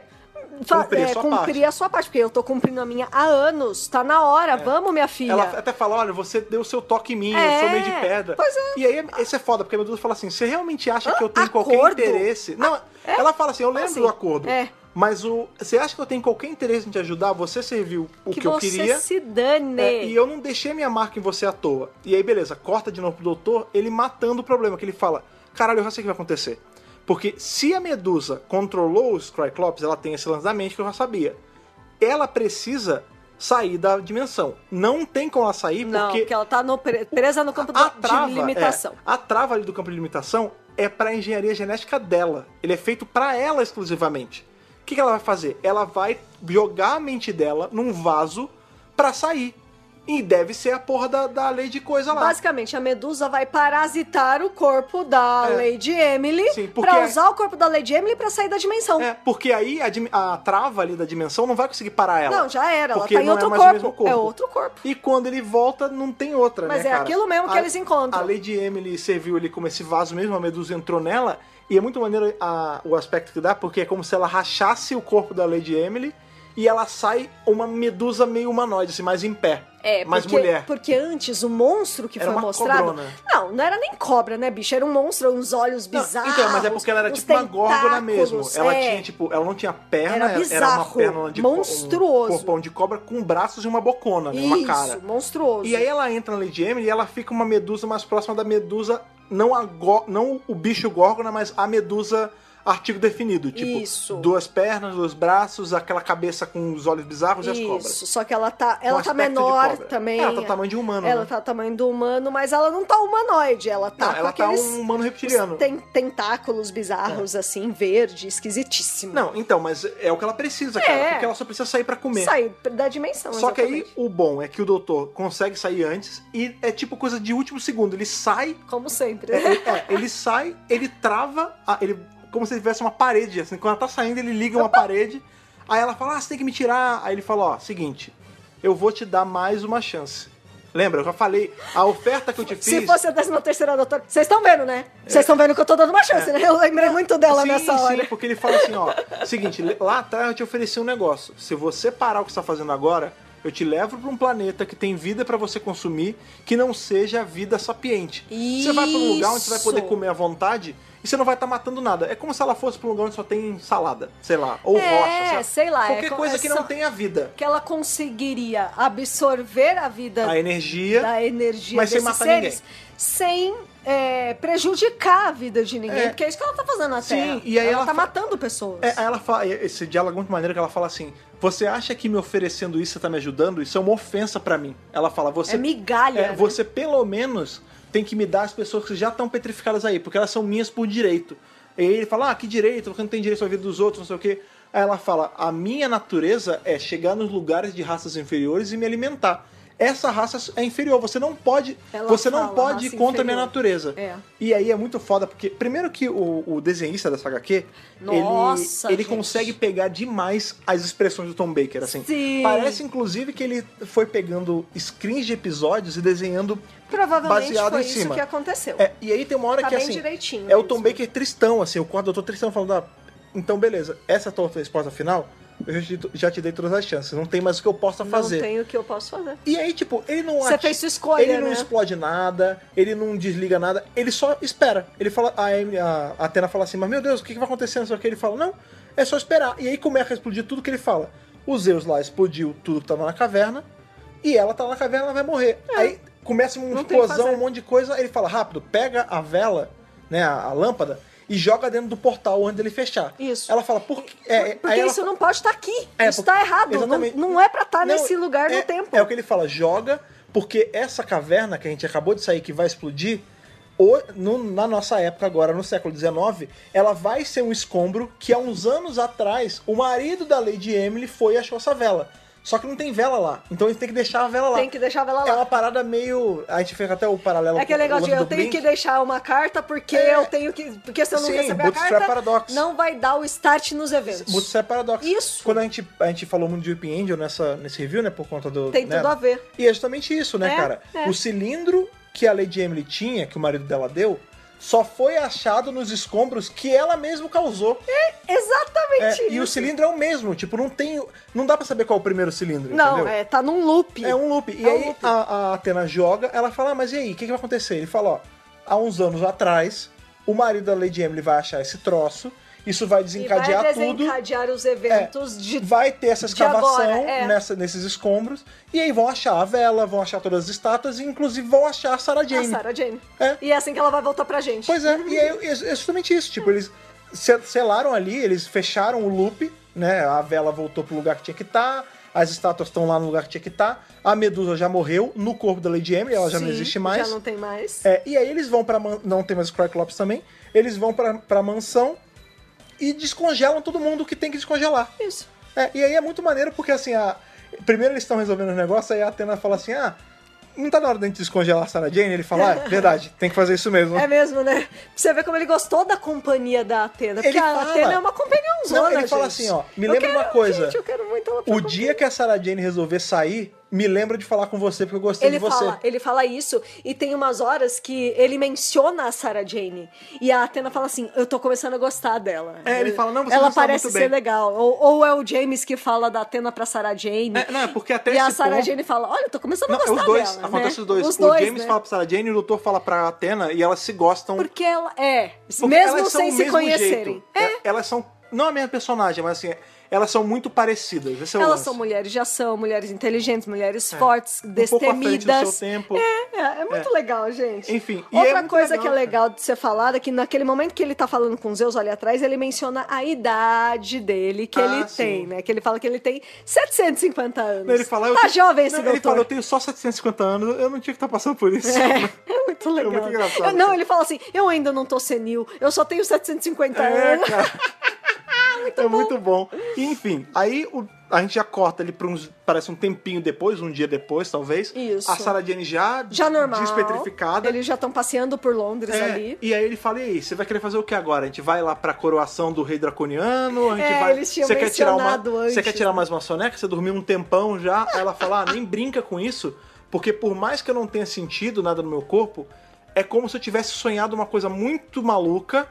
fa- Cumprir a é, sua cumprir parte. É. a sua parte, porque eu tô cumprindo a minha há anos, tá na hora, vamos, minha filha. Ela até fala, olha, você deu o seu toque em mim, eu É, sou meio de pedra. pois E aí, isso é foda, porque a Medusa fala assim, você realmente acha que eu tenho qualquer acordo? interesse? Não, ela fala assim, eu lembro assim, do acordo, é. mas o, você acha que eu tenho qualquer interesse em te ajudar? Você serviu o que, que, eu você queria. se dane. É, e eu não deixei minha marca em você à toa. E aí, beleza, corta de novo pro doutor, ele matando o problema, que ele fala: caralho, eu já sei o que vai acontecer. Porque se a Medusa controlou os Cryclops, ela tem esse lance da mente que eu já sabia. Ela precisa sair da dimensão. Não tem como ela sair, Não, porque, porque ela tá no pre- presa no campo a da- trava, de limitação. é, a trava ali do campo de limitação é para engenharia genética dela. Ele é feito para ela exclusivamente. O que, que ela vai fazer? Ela vai jogar a mente dela num vaso para sair. E deve ser a porra da, da lei de coisa lá. Basicamente, a Medusa vai parasitar o corpo da É. Lady Emily Sim, porque pra é- usar o corpo da Lady Emily pra sair da dimensão. É, porque aí a, dim- a trava ali da dimensão não vai conseguir parar ela. Não, já era, ela Porque tá em não é outro mais o corpo. mesmo corpo. É outro corpo. E quando ele volta, não tem outra, Mas né, é cara? aquilo mesmo que eles encontram. A Lady Emily serviu ali como esse vaso mesmo, a Medusa entrou nela, e é muito maneiro a- o aspecto que dá, porque é como se ela rachasse o corpo da Lady Emily, e ela sai uma medusa meio humanoide, assim, mais em pé. É, mais porque, mulher. porque antes o monstro que Era foi uma mostrado. cobrona. Não, não era nem cobra, né, bicho? Era um monstro, uns olhos Não, bizarros. então, mas é porque ela era uns tipo uma górgona mesmo. tentáculos, Ela é. tinha, tipo, ela não tinha perna, Era ela- era uma bizarro, perna de co- monstruoso. um corpão de cobra com braços e uma bocona, né? Uma Isso, cara. monstruoso. E aí ela entra na Lady Emily e ela fica uma medusa mais próxima da medusa, não, a gó- não o bicho górgona, mas a medusa artigo definido. Tipo, Isso. duas pernas, dois braços, aquela cabeça com os olhos bizarros e as cobras. Isso, só que ela tá, Com um ela tá aspecto de menor cobra. também. Ela tá do tamanho de humano, Ela né? tá do tamanho do humano, mas ela não tá humanoide, ela tá Não, com ela tá aqueles um humano reptiliano. É. ten- tentáculos bizarros, assim, verde, esquisitíssimo. Não, então, mas é o que ela precisa, cara. É. Porque ela só precisa sair pra comer. Saiu da dimensão, Só que aí exatamente. o bom é que o doutor consegue sair antes e é tipo coisa de último segundo. Ele sai Como sempre. né? É, ele- é, ele sai, ele trava, a- ele, como se tivesse uma parede, assim, quando ela tá saindo, ele liga uma parede, aí ela fala, ah, você tem que me tirar. Aí ele fala, ó, seguinte, eu vou te dar mais uma chance. Lembra, eu já falei, a oferta que eu te fiz. É. Se fosse a 13 terceira doutora. Vocês estão vendo, né? Vocês estão vendo que eu tô dando uma chance, né? Eu lembrei muito dela sim, nessa sim, hora. porque ele fala assim, ó, seguinte, lá atrás eu te ofereci um negócio. Se você parar o que você tá fazendo agora, eu te levo pra um planeta que tem vida pra você consumir, que não seja vida sapiente. Você vai pra um lugar onde você vai poder Isso. comer à vontade e você não vai estar matando nada. É como se ela fosse pra um lugar onde só tem salada, sei lá, ou É, rocha, sabe? sei lá, é Qualquer co- coisa é que só- não tenha vida. Que ela conseguiria absorver a vida A energia. da energia Mas sem desses matar seres sem é, prejudicar a vida de ninguém. É. Porque é isso que ela tá fazendo na Sim, Terra. e aí ela, ela tá fa- matando pessoas. É, aí ela fala, esse diálogo é muito maneiro que ela fala assim: Você acha que me oferecendo isso você tá me ajudando? Isso é uma ofensa pra mim. Ela fala, você. É migalha, é, né? Você pelo menos tem que me dar as pessoas que já estão petrificadas aí, porque elas são minhas por direito. E aí ele fala, ah, que direito, você não tem direito à vida dos outros, não sei o quê. Aí ela fala, a minha natureza é chegar nos lugares de raças inferiores e me alimentar. essa raça é inferior. Você não pode, Ela você não fala, pode ir raça contra a minha inferior. natureza. É. E aí é muito foda, porque primeiro que o, o desenhista dessa HQ, Nossa, ele, ele gente. consegue pegar demais as expressões do Tom Baker, assim. Sim. Parece, inclusive, que ele foi pegando screens de episódios e desenhando Provavelmente baseado foi em isso cima. que aconteceu. É, e aí tem uma hora Tá que, bem assim, direitinho é o mesmo. Tom Baker tristão, assim, o quarto doutor tristão falando, ah, então beleza, essa é a tua resposta final, eu já te, já te dei todas as chances, não tem mais o que eu possa não fazer. tem o que eu posso fazer. E aí, tipo, ele não Você ati- fez sua escolha, Ele não né? explode nada, ele não desliga nada, ele só espera. Ele fala, a, Amy- a a Athena fala assim, mas meu Deus, o que, que vai acontecer? Não sei o que. Ele fala, não, é só esperar. E aí começa a explodir tudo que ele fala. O Zeus lá explodiu tudo que tava na caverna, e ela tá na caverna, ela vai morrer. Aí começa uma É. Não tem o que explosão, fazer. um monte de coisa, ele fala, rápido, pega a vela, né, a, a lâmpada, e joga dentro do portal antes dele fechar. Isso. Ela fala, por que... é, é, Porque aí ela isso não pode estar aqui. É, isso porque- tá errado. Não, exatamente. não é pra estar Não, nesse lugar é- no tempo. É o que ele fala, joga, porque essa caverna que a gente acabou de sair, que vai explodir, o- no- na nossa época agora, no século XIX, ela vai ser um escombro que há uns anos atrás, o marido da Lady Emily foi e achou essa vela. Só que não tem vela lá, então ele tem que deixar a vela lá. Tem que deixar ela É lá. uma parada meio... A gente fez até o paralelo É aquele com o negócio de lance eu do tenho Blink. que deixar uma carta porque É. eu tenho que. Porque se eu não Sim, é receber a bootstrap carta, paradox. não vai dar o start nos eventos. Bootstrap Paradox. Isso. é Quando a gente, a gente falou muito de Whipping Angel nessa, nesse review, né? Por conta do. Tem né, tudo a ver. E é justamente isso, né, É, cara? é. O cilindro que a Lady Emily tinha, que o marido dela deu, só foi achado nos escombros que ela mesma causou. É, Exatamente e o isso. cilindro é o mesmo. Tipo, não tem. Não dá pra saber qual é o primeiro cilindro. Não, entendeu? é, tá num loop. É um loop. E É um aí loop. A, a Atena joga, ela fala, ah, mas e aí, o que, que vai acontecer? Ele fala, ó, há uns anos atrás, o marido da Lady Emily vai achar esse troço, isso vai e desencadear, vai tudo É, desencadear os eventos de vai ter essa De agora, escavação é. nessa- nesses escombros, e aí vão achar a vela, vão achar todas as estátuas, e inclusive vão achar a Sarah a Jane. Sarah Jane. É. E é assim que ela vai voltar pra gente. Pois é, e aí, é justamente isso, tipo, eles se- selaram ali, eles fecharam o loop, né, a vela voltou pro lugar que tinha que estar, as estátuas estão lá no lugar que tinha que estar, a Medusa já morreu no corpo da Lady Emily, ela já não Sim, existe mais. Já não tem mais. É, e aí eles vão pra. man- Não tem mais o Cyclops também. Eles vão pra, pra mansão e descongelam todo mundo que tem que descongelar. Isso. É, e aí é muito maneiro porque assim, a... primeiro eles estão resolvendo os negócios, aí a Atena fala assim: ah, não tá na hora da gente descongelar a Sarah Jane? Ele fala: ah, é verdade, tem que fazer isso mesmo. É mesmo, né? Pra você ver como ele gostou da companhia da Atena. Porque Ele a fala- Atena é uma companhãozona, Não, ele gente. fala assim, ó, me Eu lembra uma quero- coisa. Gente, eu quero muito ela pra O companhia. dia que a Sarah Jane resolver sair, me lembra de falar com você porque eu gostei Ele de você. fala, ele fala isso e tem umas horas que ele menciona a Sarah Jane e a Athena fala assim, eu tô começando a gostar dela. É, ele fala, não, você Ela não sabe parece muito ser bem. legal. Ou, ou é o James que fala da Athena pra Sarah Jane. É, não, é porque até E a esse Sarah ponto- Jane fala, olha, eu tô começando Não, a é gostar os dois, dela. acontece né? os dois. Os o dois, James né? fala pra Sarah Jane e o doutor fala pra Atena e elas se gostam. Porque ela é, Porque mesmo elas são sem o se mesmo conhecerem. jeito. É, Elas são, não a mesma personagem, mas assim, elas são muito parecidas. Esse é o Elas lance. são mulheres de ação, mulheres inteligentes, mulheres fortes, Um pouco à frente do seu destemidas. tempo. É, é muito legal, gente. Enfim, e é outra muito coisa legal, que é cara. legal de ser falada é que naquele momento que ele tá falando com Zeus ali atrás, ele menciona a idade dele que Ah, ele sim. tem, né? Que ele fala que ele tem 750 anos. Não, Ele fala, eu tá tenho- jovem esse não, Ele doutor. fala, eu tenho só 750 anos, eu não tinha que estar passando por isso. É, é muito legal. muito engraçado. Eu- não, ele fala assim: eu ainda não tô senil, eu só tenho 750 É, anos. cara. é muito bom. E, enfim, aí o- a gente já corta ele pra uns. Parece um tempinho depois, um dia depois, talvez. Isso. A Sarah Jane já, Já normal. despetrificada. Eles já estão passeando por Londres É, ali. E aí ele fala, e aí, você vai querer fazer o que agora? A gente vai lá pra coroação do rei draconiano? A gente É, vai... eles tinham você quer tirar uma, mencionado antes, Você quer tirar mais uma soneca? Você dormiu um tempão já? Aí ela fala, ah, nem brinca com isso, porque por mais que eu não tenha sentido nada no meu corpo, é como se eu tivesse sonhado uma coisa muito maluca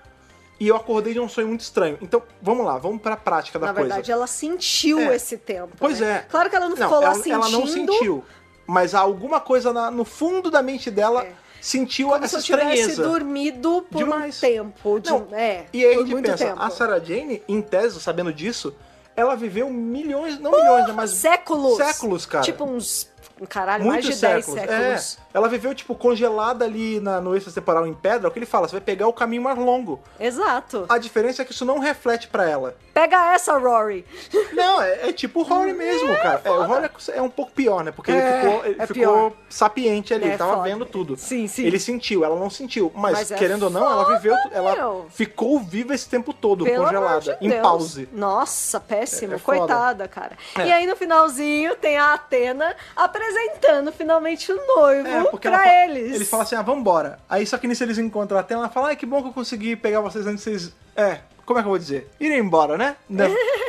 e eu acordei de um sonho muito estranho. Então, vamos lá, vamos pra prática da Na coisa. verdade, ela sentiu É. esse tempo. Pois né? é. Claro que ela não ficou lá ela, sentindo. ela não sentiu. Mas há alguma coisa na- no fundo da mente dela É. sentiu Como se essa eu tivesse estranheza. dormido por Demais. um tempo. de- Não, é, E aí a por gente muito pensa, tempo. a Sarah Jane, em tese, sabendo disso, ela viveu milhões, não milhões, né, mas Séculos. séculos, cara. Tipo uns. um Caralho, mais muitos de 10 séculos. séculos. É. Ela viveu, tipo, congelada ali na, no eixo temporal em pedra, é o que ele fala, você vai pegar o caminho mais longo. Exato. A diferença é que isso não reflete pra ela. Pega essa, Rory. Não, é, é tipo o Rory mesmo, cara. É, o Rory é um pouco pior, né? Porque ele É, ficou, ele é ficou pior. sapiente ali, É, ele tava foda. vendo tudo. Sim, sim. Ele sentiu, ela não sentiu. Mas, Mas é querendo ou não, ela foda, viveu, ela meu. ficou viva esse tempo todo, Pelo amor de congelada, em Deus. pause. Nossa, péssimo. É- é foda. Coitada, cara. É. E aí no finalzinho tem a Atena apresentando finalmente o noivo É, porque pra ela fa- eles. Ele fala assim, ah, vambora. Aí só que nisso eles encontram a tela, ela fala, ai, que bom que eu consegui pegar vocês antes de vocês... É, como é que eu vou dizer? Irem embora, né?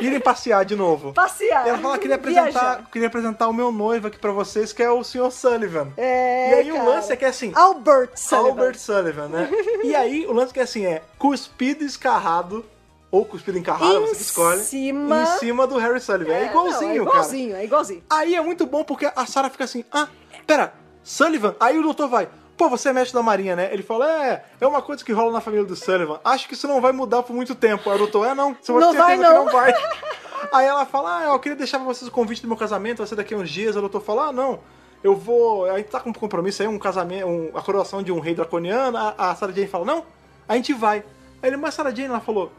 Não, irem passear de novo. passear. E ela fala, queria apresentar, viajar. queria apresentar o meu noivo aqui pra vocês, que é o Sr. Sullivan. É, e aí cara. o lance é que é assim... Albert Sullivan. Albert Sullivan, né? e aí, o lance que é assim, é cuspido escarrado, ou cuspido encarrado, Em você que escolhe, cima- em cima do Harry Sullivan. É, É, igualzinho, não, é cara. igualzinho, é igualzinho. Aí é muito bom porque a Sarah fica assim, ah, pera, Sullivan? Aí o doutor vai, pô, você é mestre da marinha, né? Ele fala, é, é uma coisa que rola na família do Sullivan. Acho que isso não vai mudar por muito tempo. Aí o doutor, é não, você pode Não ter certeza vai, que não." não vai. um Aí ela fala, ah, eu queria deixar pra vocês o convite do meu casamento, vai ser daqui a uns dias. Aí o doutor fala, ah, não, eu vou, aí tá com um compromisso aí, um casamento, um- a coroação de um rei draconiano. A, a Sarah Jane fala, não, a gente vai. Aí ele, mas Sarah Jane, ela falou,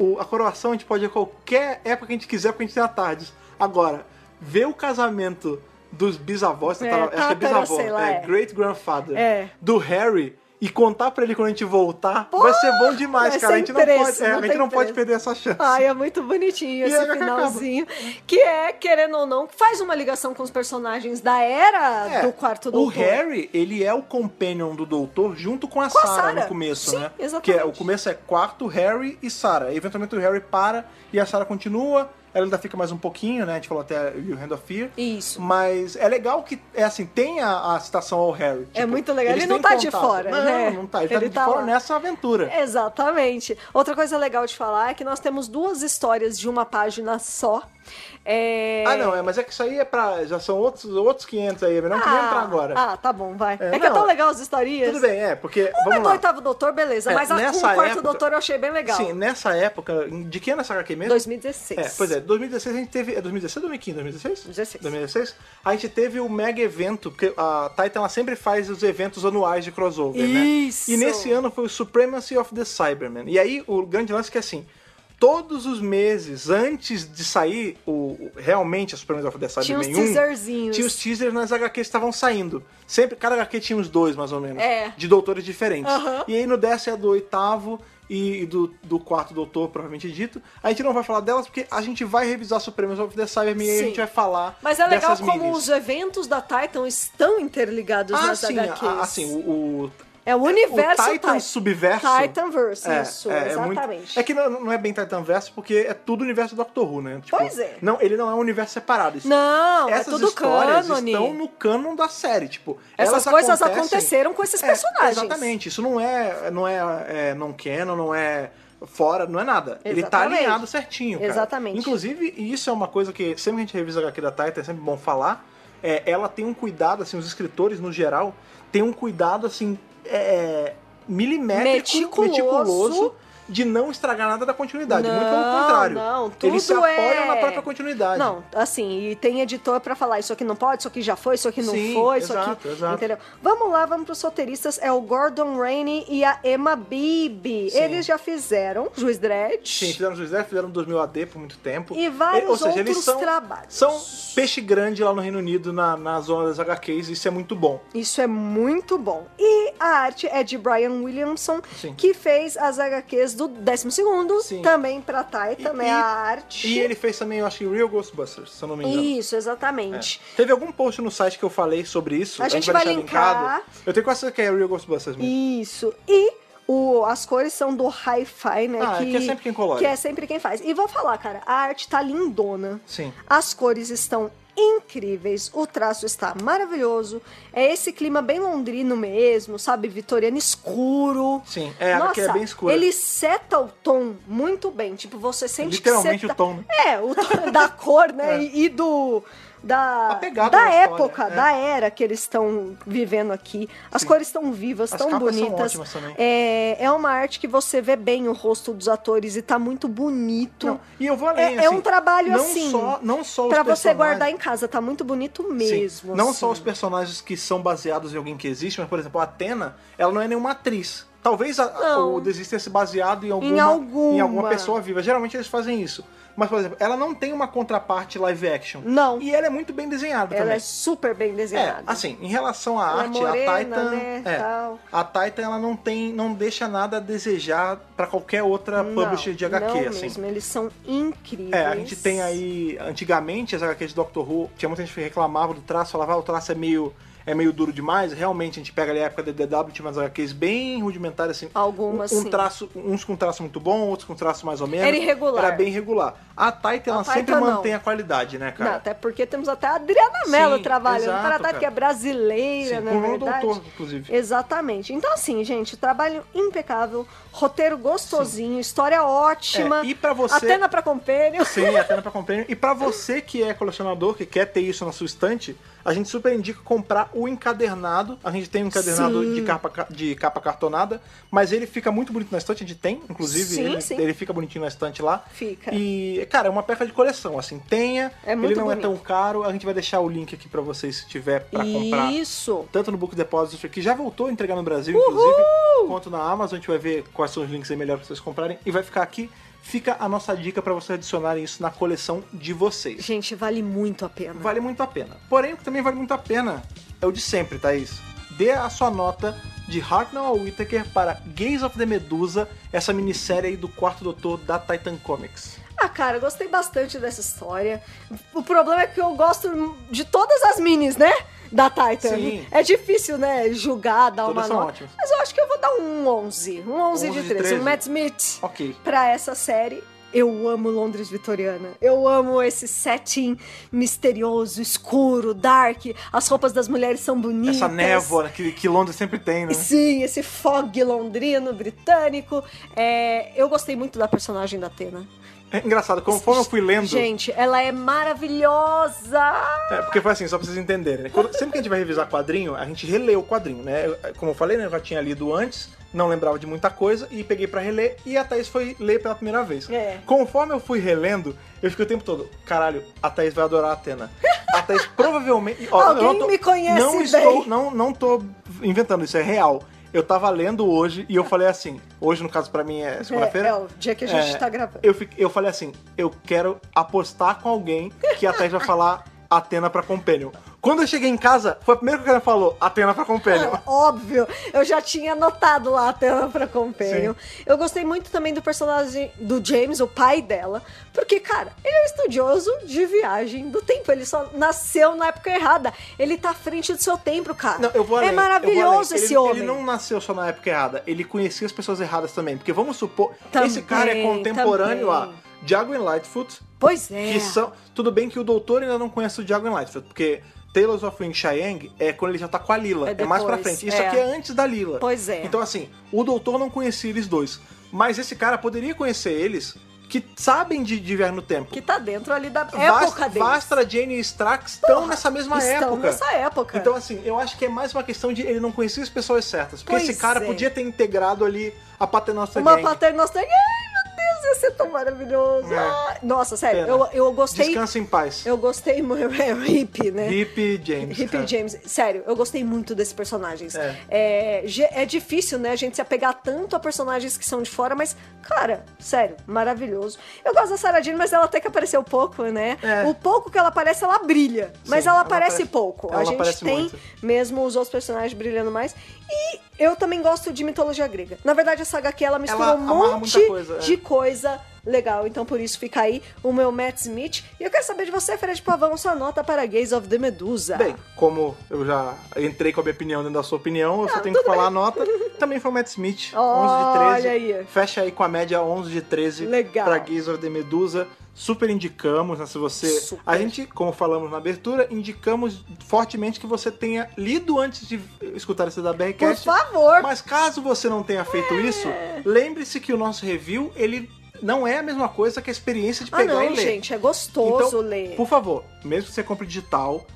o- a coroação a gente pode ir a qualquer época que a gente quiser, porque a gente tem a tarde. Agora, ver o casamento dos bisavós, É, tatara- acho que é tátara, bisavó, sei lá, é, é. great grandfather, É. do Harry, e contar pra ele quando a gente voltar, vai ser bom demais, vai cara. A ser gente não, interesse, pode, é, não a gente tem não pode interesse. perder essa chance. Ai, é muito bonitinho E esse aí acaba. finalzinho. Que é, querendo ou não, faz uma ligação com os personagens da era É, do quarto do o Harry, ele é o companion do doutor junto com a Com a Sarah no Sarah. começo, Sim, né? exatamente. Que é, o começo é quarto, Harry e Sarah. Eventualmente o Harry para e a Sarah continua. Ela ainda fica mais um pouquinho, né? A gente falou até o Hand of Fear. Isso. Mas é legal que, é assim, tem a, a citação ao Harry. É Tipo, muito legal. eles Ele não têm tá de fora, não, né? Não, tá. Ele, Ele tá tá de fora lá. É. nessa aventura. Exatamente. Outra coisa legal de falar é que nós temos duas histórias de uma página só. É... Ah, não, é, mas é que isso aí é pra... Já são outros, outros 500 aí, é melhor não Ah, entrar agora. Ah, tá bom, vai. É, É, que é não, tão legal as historinhas. Tudo bem, é, porque... Uma é vamos do lá. oitavo doutor, beleza. É, mas a, com o nessa quarto época- doutor eu achei bem legal. Sim, nessa época... De que ano é essa HQ mesmo? 2016. É, pois é, 2016 a gente teve. É 2016 ou 2015? 2016? 2016. 2016. A gente teve o mega evento, porque a Titan ela sempre faz os eventos anuais de crossover, Isso. né? E nesse ano foi o Supremacy of the Cybermen. E aí o grande lance é que assim. Todos os meses antes de sair o, o- realmente a Supremacy of the Tinha Cybermen uns 1, teaserzinhos. tinha os teasers nas HQs que estavam saindo. Sempre, cada HQ tinha uns dois, mais ou menos. É. De doutores diferentes. Aham. E aí no dessa é a do oitavo e e do, do quarto doutor, provavelmente dito. A gente não vai falar delas porque a gente vai revisar Supremos of the Cybermen e aí a Sim. gente vai falar Mas é legal dessas como minis. os eventos da Titan estão interligados Ah, nas sim, HQs. a- assim, o, o, é o universo o Titan Titan. Subverso... Titanverse, isso, muito- exatamente. é que não, não é bem Titan Verso, porque é tudo o universo do Doctor Who, né? Tipo, Pois é. Não, ele não é um universo separado. Isso- Não, Essas é tudo histórias cânone. estão no cânon da série, tipo. Essas elas coisas acontecem- aconteceram com esses É, personagens. Exatamente. Isso não é, não é, é não canon, não é fora, não é nada. Ele tá Exatamente. alinhado certinho, cara. Exatamente. Inclusive, e isso é uma coisa que sempre que a gente revisa aqui da Titan, é sempre bom falar. é, ela tem um cuidado, assim, os escritores no geral têm um cuidado, assim, é, milimétrico, Meticuloso. meticuloso, de não estragar nada da continuidade. Muito pelo Não, contrário. não, Eles se tudo apoiam é- na própria continuidade. Não, assim, e tem editor pra falar isso aqui não pode, isso aqui já foi, isso aqui não Sim, foi, isso exato, aqui. exato. Entendeu? Vamos lá, vamos pros roteiristas. É o Gordon Rainey e a Emma Beebe. Sim. Eles já fizeram Juiz Dredd. Sim, fizeram José, fizeram 2000 AD por muito tempo. E vários Ou seja, eles outros são, trabalhos. são peixe grande lá no Reino Unido, na, na zona das HQs, isso é muito bom. Isso é muito bom. E a arte é de Brian Williamson, Sim. que fez as HQs do 12 Sim. também pra Taita, E- é né? né? A arte. E ele fez também, eu acho que Real Ghostbusters, se eu não me engano. Isso, exatamente. Teve algum post no site que eu falei sobre isso? A gente vai deixar linkar. linkado. Eu tenho quase certeza que é Real Ghostbusters mesmo. Isso. E o, as cores são do Hi-Fi, né? Ah, que é sempre quem colore. Que é sempre quem faz. E vou falar, cara, a arte tá lindona. Sim. As cores estão incríveis, o traço está maravilhoso. É esse clima bem londrino mesmo, sabe? Vitoriano escuro. Sim, é, a Nossa, HQ é bem escura. Ele seta o tom muito bem. Tipo, você sente Literalmente que o seta... tom, né? É, o tom da cor, né? É. E, e do. Da, A pegada da da história, época, é. da era que eles estão vivendo aqui. As Sim. cores estão vivas, As tão capas são bonitas. ótimas também. É, é uma arte que você vê bem o rosto dos atores e tá muito bonito. Não, e eu vou além, É- é assim, um trabalho não assim, Só, não só os Pra você personagens- guardar em casa, tá muito bonito Sim. mesmo. Não assim. só os personagens que são baseados em alguém que existe, mas, por exemplo, a Atena, ela não é nenhuma atriz. Talvez a, a, Não. o Desis tenha se baseado em alguma, Em alguma. em alguma pessoa viva. Geralmente eles fazem isso. Mas, por exemplo, ela não tem uma contraparte live action. Não. E ela é muito bem desenhada Ela também. é super bem desenhada. É, assim, em relação à Ela é arte, morena, a Titan, né, é, tal. a Titan ela não tem, não deixa nada a desejar pra qualquer outra publisher de HQ, não assim. mesmo, eles são incríveis. É, a gente tem aí, antigamente, as HQs de Doctor Who, tinha muita gente que reclamava do traço, falava, ah, o traço é meio, é meio duro demais. Realmente, a gente pega ali a época da DW, tinha umas HQs bem rudimentares, assim. Algumas, um, um sim. traço, Uns com traço muito bom, outros com traço mais ou menos. Era irregular. Era bem irregular. A Titan, ela sempre Titan, não. mantém a qualidade, né, Não, cara? até porque temos até a Adriana Mello Sim, trabalhando exato, para a Tati, cara. que é brasileira, Sim, na com o nome do verdade. autor, inclusive. Exatamente. Então, assim, gente, trabalho impecável, roteiro gostosinho, história ótima. É, e pra você- Atena pra Compênio. Sim, a Tana pra comprar. E pra você que é colecionador, que quer ter isso na sua estante, a gente super indica comprar o encadernado. A gente tem um encadernado de capa, ca- de capa cartonada, mas ele fica muito bonito na estante, a gente tem, inclusive, Sim, ele, sim. ele fica bonitinho na estante lá. Fica. E, cara, é uma peça de coleção, assim, tenha, É ele muito não é bonito. tão caro, a gente vai deixar o link aqui pra vocês se tiver pra comprar. Isso. Tanto no Book Depository, que já voltou a entregar no Brasil, inclusive, quanto na Amazon. A gente vai ver quais são os links aí melhor pra vocês comprarem. E vai ficar aqui. Fica a nossa dica pra vocês adicionarem isso na coleção de vocês. Gente, vale muito a pena. Vale muito a pena. Porém, o que também vale muito a pena é o de sempre, Thaís. Dê a sua nota de Hartnell a Whittaker para Gaze of the Medusa, essa minissérie aí do quarto doutor da Titan Comics. Ah, cara, eu gostei bastante dessa história. O problema é que eu gosto de todas as minis, né? Da Titan. Sim. É difícil, né? Julgar, dar Todas uma são nota. ótimas. Mas eu acho que eu vou dar um 11. Um 11, 11 de de 13. 13. Um Matt Smith Ok. pra essa série. Eu amo Londres vitoriana. Eu amo esse setting misterioso, escuro, dark. As roupas das mulheres são bonitas. Essa névoa que, que Londres sempre tem, né? Sim, esse fog londrino, britânico. É, eu gostei muito da personagem da Atena. É engraçado, conforme eu fui lendo. Gente, ela é maravilhosa! É, porque foi assim, só pra vocês entenderem. né? Quando- sempre que a gente vai revisar quadrinho, a gente relê o quadrinho, né? Eu- Como eu falei, né? Eu já tinha lido antes, não lembrava de muita coisa, e peguei pra reler, e a Thaís foi ler pela primeira vez. É. Conforme eu fui relendo, eu fiquei o tempo todo, caralho, a Thaís vai adorar a Atena. A Thaís provavelmente... ó, Alguém eu não tô- me conhece não bem. Estou, não, não tô inventando, isso é real. Eu tava lendo hoje, e eu falei assim, hoje no caso pra mim é segunda-feira. É, é o dia que a gente É, tá gravando. Eu, fiquei- eu falei assim, eu quero apostar com alguém que a Thaís vai falar Atena pra Companion. Quando eu cheguei em casa, foi a primeira que ela falou, Atena pra Companion. Ah, Óbvio, eu já tinha anotado lá a tela pra Companion. Eu gostei muito também do personagem do James, o pai dela, porque, cara, ele é um estudioso de viagem do tempo. Ele só nasceu na época errada. Ele tá à frente do seu tempo, cara. Não, eu vou é além, eu vou maravilhoso além. esse ele, homem. Ele não nasceu só na época errada, ele conhecia as pessoas erradas também. Porque vamos supor, Também, esse cara é contemporâneo também. a Jago e Lightfoot, Pois é. que são... Tudo bem que o doutor ainda não conhece o Jago e Lightfoot, porque... Tales of Wing Chiang é quando ele já tá com a Lila. É É, mais pra depois, frente. Isso é. aqui é antes da Lila. Pois é. Então, assim, o doutor não conhecia eles dois. Mas esse cara poderia conhecer eles que sabem de, de viver no tempo. Que tá dentro ali da Vas- época dele. Vastra, Jane e Strax estão nessa mesma Estão época. nessa época. Então, assim, eu acho que é mais uma questão de ele não conhecer as pessoas certas. Porque Pois esse cara é. podia ter integrado ali a paternosta Uma Gang. paternosta. Ai, meu Deus, ia ser tão maravilhoso. É. Ai, Nossa, sério, Pena. eu, eu gostei. Descansa em paz. Eu gostei muito. É o hippie, né? Hippie James. é. Hippie cara. James, sério, eu gostei muito desse personagem. É. É. ge- é difícil, né, a gente se apegar tanto a personagens que são de fora, mas, cara, sério, maravilhoso. Eu gosto da Sarah Jane, mas ela até que apareceu pouco, né? É. O pouco que ela aparece, ela brilha, mas Sim, ela ela aparece aparece- pouco. ela a gente aparece tem muito. mesmo os outros personagens brilhando mais. E eu também gosto de mitologia grega. Na verdade, essa HQ, ela misturou um amarra monte muita coisa, é. de coisa legal. Então, por isso, fica aí o meu Matt Smith. E eu quero saber de você, Fred Pavão, sua nota para Gaze of the Medusa. Bem, como eu já entrei com a minha opinião dentro da sua opinião, eu só tenho que falar a nota. Também foi o Matt Smith, 11 de 13. Olha aí. Fecha aí com a média 11 de 13 Legal. pra Gaze of the Medusa. Super indicamos, né? Se você. Super. A gente, como falamos na abertura, indicamos fortemente que você tenha lido antes de escutar esse da Por BRCast. favor, É. Mas caso você não tenha feito isso, lembre-se que o nosso review, ele não é a mesma coisa que a experiência de Ah, pegar não, e ler. gente, é gostoso Então, ler. Por favor, mesmo que você compre digital,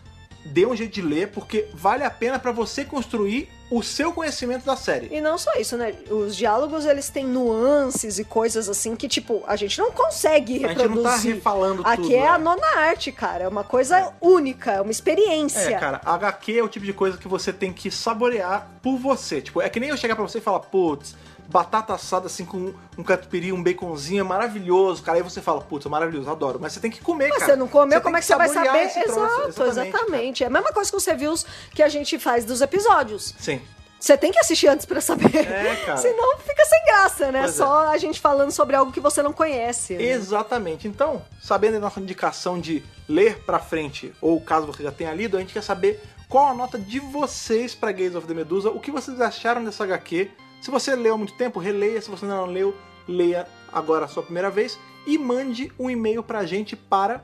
dê um jeito de ler, porque vale a pena pra você construir o seu conhecimento da série. E não só isso, né? Os diálogos, eles têm nuances e coisas assim que, tipo, a gente não consegue A gente não tá reproduzir. refalando Aqui tudo. é a né? nona arte, cara. É uma coisa única, é uma experiência. É, cara, HQ é o tipo de coisa que você tem que saborear por você. Tipo, é que nem eu chegar pra você e falar, putz, batata assada, assim, com um catupiry, um baconzinho, é maravilhoso, cara. Aí você fala, puta, maravilhoso, adoro. Mas você tem que comer, Mas cara. você não comeu, tem como é que você vai saborear saber? esse Exato, troço, exatamente. cara. É a mesma coisa com os reviews que a gente faz dos episódios. Sim. Você tem que assistir antes pra saber. É, cara. Senão fica sem graça, né? Pois é. Só a gente falando sobre algo que você não conhece. né? Exatamente. Então, sabendo a nossa indicação de ler pra frente, ou caso você já tenha lido, a gente quer saber qual a nota de vocês pra Gaze of the Medusa, o que vocês acharam dessa HQ. Se você leu há muito tempo, releia. Se você ainda não leu, leia agora a sua primeira vez. E mande um e-mail pra gente para.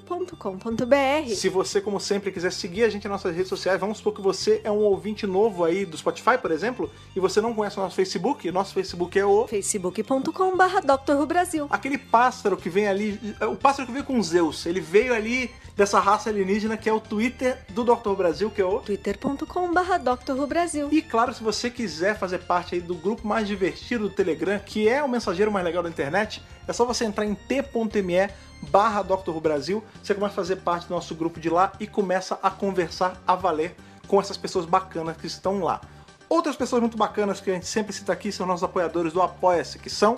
podcast.drrubrasil.com.br Se você, como sempre, quiser seguir a gente nas nossas redes sociais, vamos supor que você é um ouvinte novo aí do Spotify, por exemplo, e você não conhece o nosso Facebook, o nosso Facebook é o facebook.com.br drrubrasil aquele pássaro que vem ali, o pássaro que veio com Zeus, ele veio ali dessa raça alienígena que é o Twitter do Dr. Brasil, que é o twitter.com.br drrubrasil e claro, se você quiser fazer parte aí do grupo mais divertido do Telegram, que é o mensageiro mais legal da internet, é só você entrar em t.me barra Dr. Brasil, você começa a fazer parte do nosso grupo de lá e começa a conversar a valer com essas pessoas bacanas que estão lá. Outras pessoas muito bacanas que a gente sempre cita aqui são nossos apoiadores do Apoia-se, que são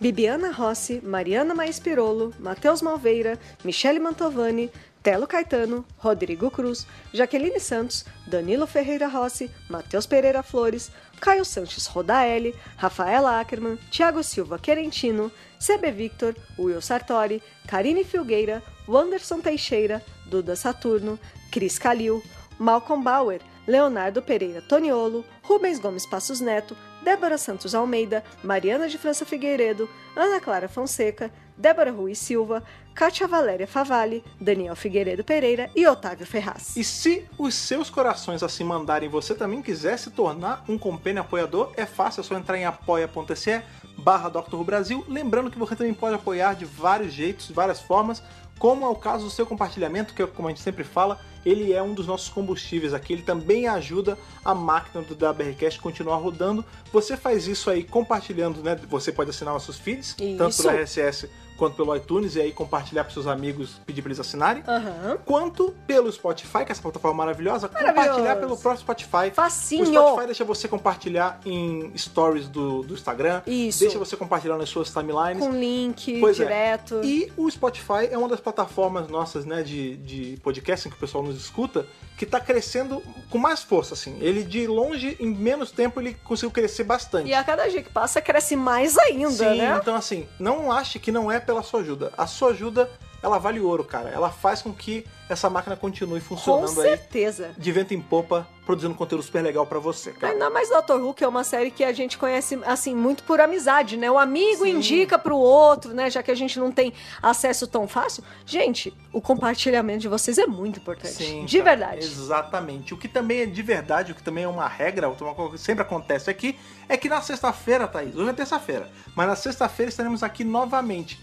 Bibiana Rossi, Mariana Maes Pirolo, Matheus Malveira, Michele Mantovani, Telo Caetano, Rodrigo Cruz, Jaqueline Santos, Danilo Ferreira Rossi, Matheus Pereira Flores, Caio Sanches Rodaelli, Rafaela Ackerman, Thiago Silva Querentino, CB Victor, Will Sartori, Karine Filgueira, Wanderson Teixeira, Duda Saturno, Cris Calil, Malcolm Bauer, Leonardo Pereira Toniolo, Rubens Gomes Passos Neto, Débora Santos Almeida, Mariana de França Figueiredo, Ana Clara Fonseca, Débora Rui Silva, Kátia Valéria Favalli, Daniel Figueiredo Pereira e Otávio Ferraz. E se os seus corações assim mandarem, você também quiser se tornar um compênio apoiador, é fácil, é só entrar em apoia.se barra Dr. Who Brasil. Lembrando que você também pode apoiar de vários jeitos, de várias formas, como é o caso do seu compartilhamento, que é como a gente sempre fala, ele é um dos nossos combustíveis aqui, ele também ajuda a máquina do WRCast continuar rodando. Você faz isso aí compartilhando, né? Você pode assinar nossos feeds, tanto Isso. pelo RSS quanto pelo iTunes, e aí compartilhar para seus amigos, pedir para eles assinarem Aham. quanto pelo Spotify, que é essa plataforma maravilhosa, Maravilhoso. compartilhar pelo próprio Spotify. O Spotify Facinho! deixa você compartilhar em stories do, do Instagram, Isso. deixa você compartilhar nas suas timelines. Com link é Pois é. direto. E o Spotify é uma das plataformas nossas, né, de, de podcast, em que o pessoal nos escuta, que tá crescendo com mais força, assim. Ele, de longe, em menos tempo, ele conseguiu crescer bastante. E a cada dia que passa cresce mais ainda, Sim, né? então assim, não ache que não é pela sua ajuda. A sua ajuda, ela vale ouro, cara. Ela faz com que essa máquina continue Com funcionando aí certeza. de vento em popa, produzindo conteúdo super legal pra você, cara. Ainda mais Doctor Who, que é uma série que a gente conhece, assim, muito por amizade, né? O amigo Sim. indica pro outro, né? Já que a gente não tem acesso tão fácil. Gente, o compartilhamento de vocês é muito importante. de cara, verdade. Exatamente. O que também é de verdade, o que também é uma regra, uma coisa que sempre acontece aqui, é que na sexta-feira, Thaís, hoje é terça-feira, mas na sexta-feira estaremos aqui novamente.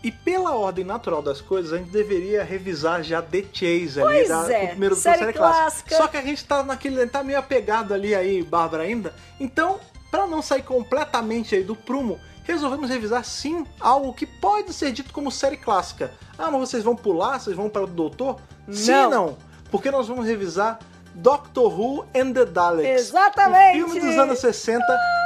E pela ordem natural das coisas, a gente deveria revisar já The Chase ali, Pois da, é, o primeiro da série série clássica. clássica. Só que a gente tá naquele. tá meio apegado ali aí, Bárbara, ainda. Então, pra não sair completamente aí do prumo, resolvemos revisar sim algo que pode ser dito como série clássica. Ah, mas vocês vão pular, vocês vão para o doutor? Sim, Não. não. Porque nós vamos revisar Doctor Who and the Daleks. Exatamente. O filme dos anos 60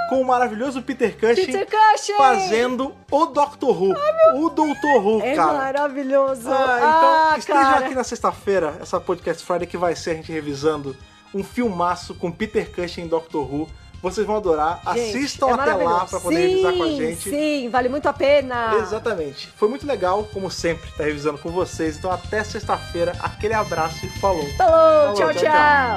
com o maravilhoso Peter Cushing Peter Cushing! fazendo o Doctor Who. o Doutor Who, É cara. maravilhoso. Ah, então esteja cara. aqui na sexta-feira, essa Podcast Friday, que vai ser a gente revisando um filmaço com Peter Cushing e Doctor Who. Vocês vão adorar. Gente, Assistam é até lá maravilhoso. pra poder sim, revisar com a gente. Sim, vale muito a pena. Exatamente. Foi muito legal, como tá sempre, estar revisando com vocês. Então até sexta-feira. Aquele abraço e falou. Falou, Falou, tchau. tchau, tchau.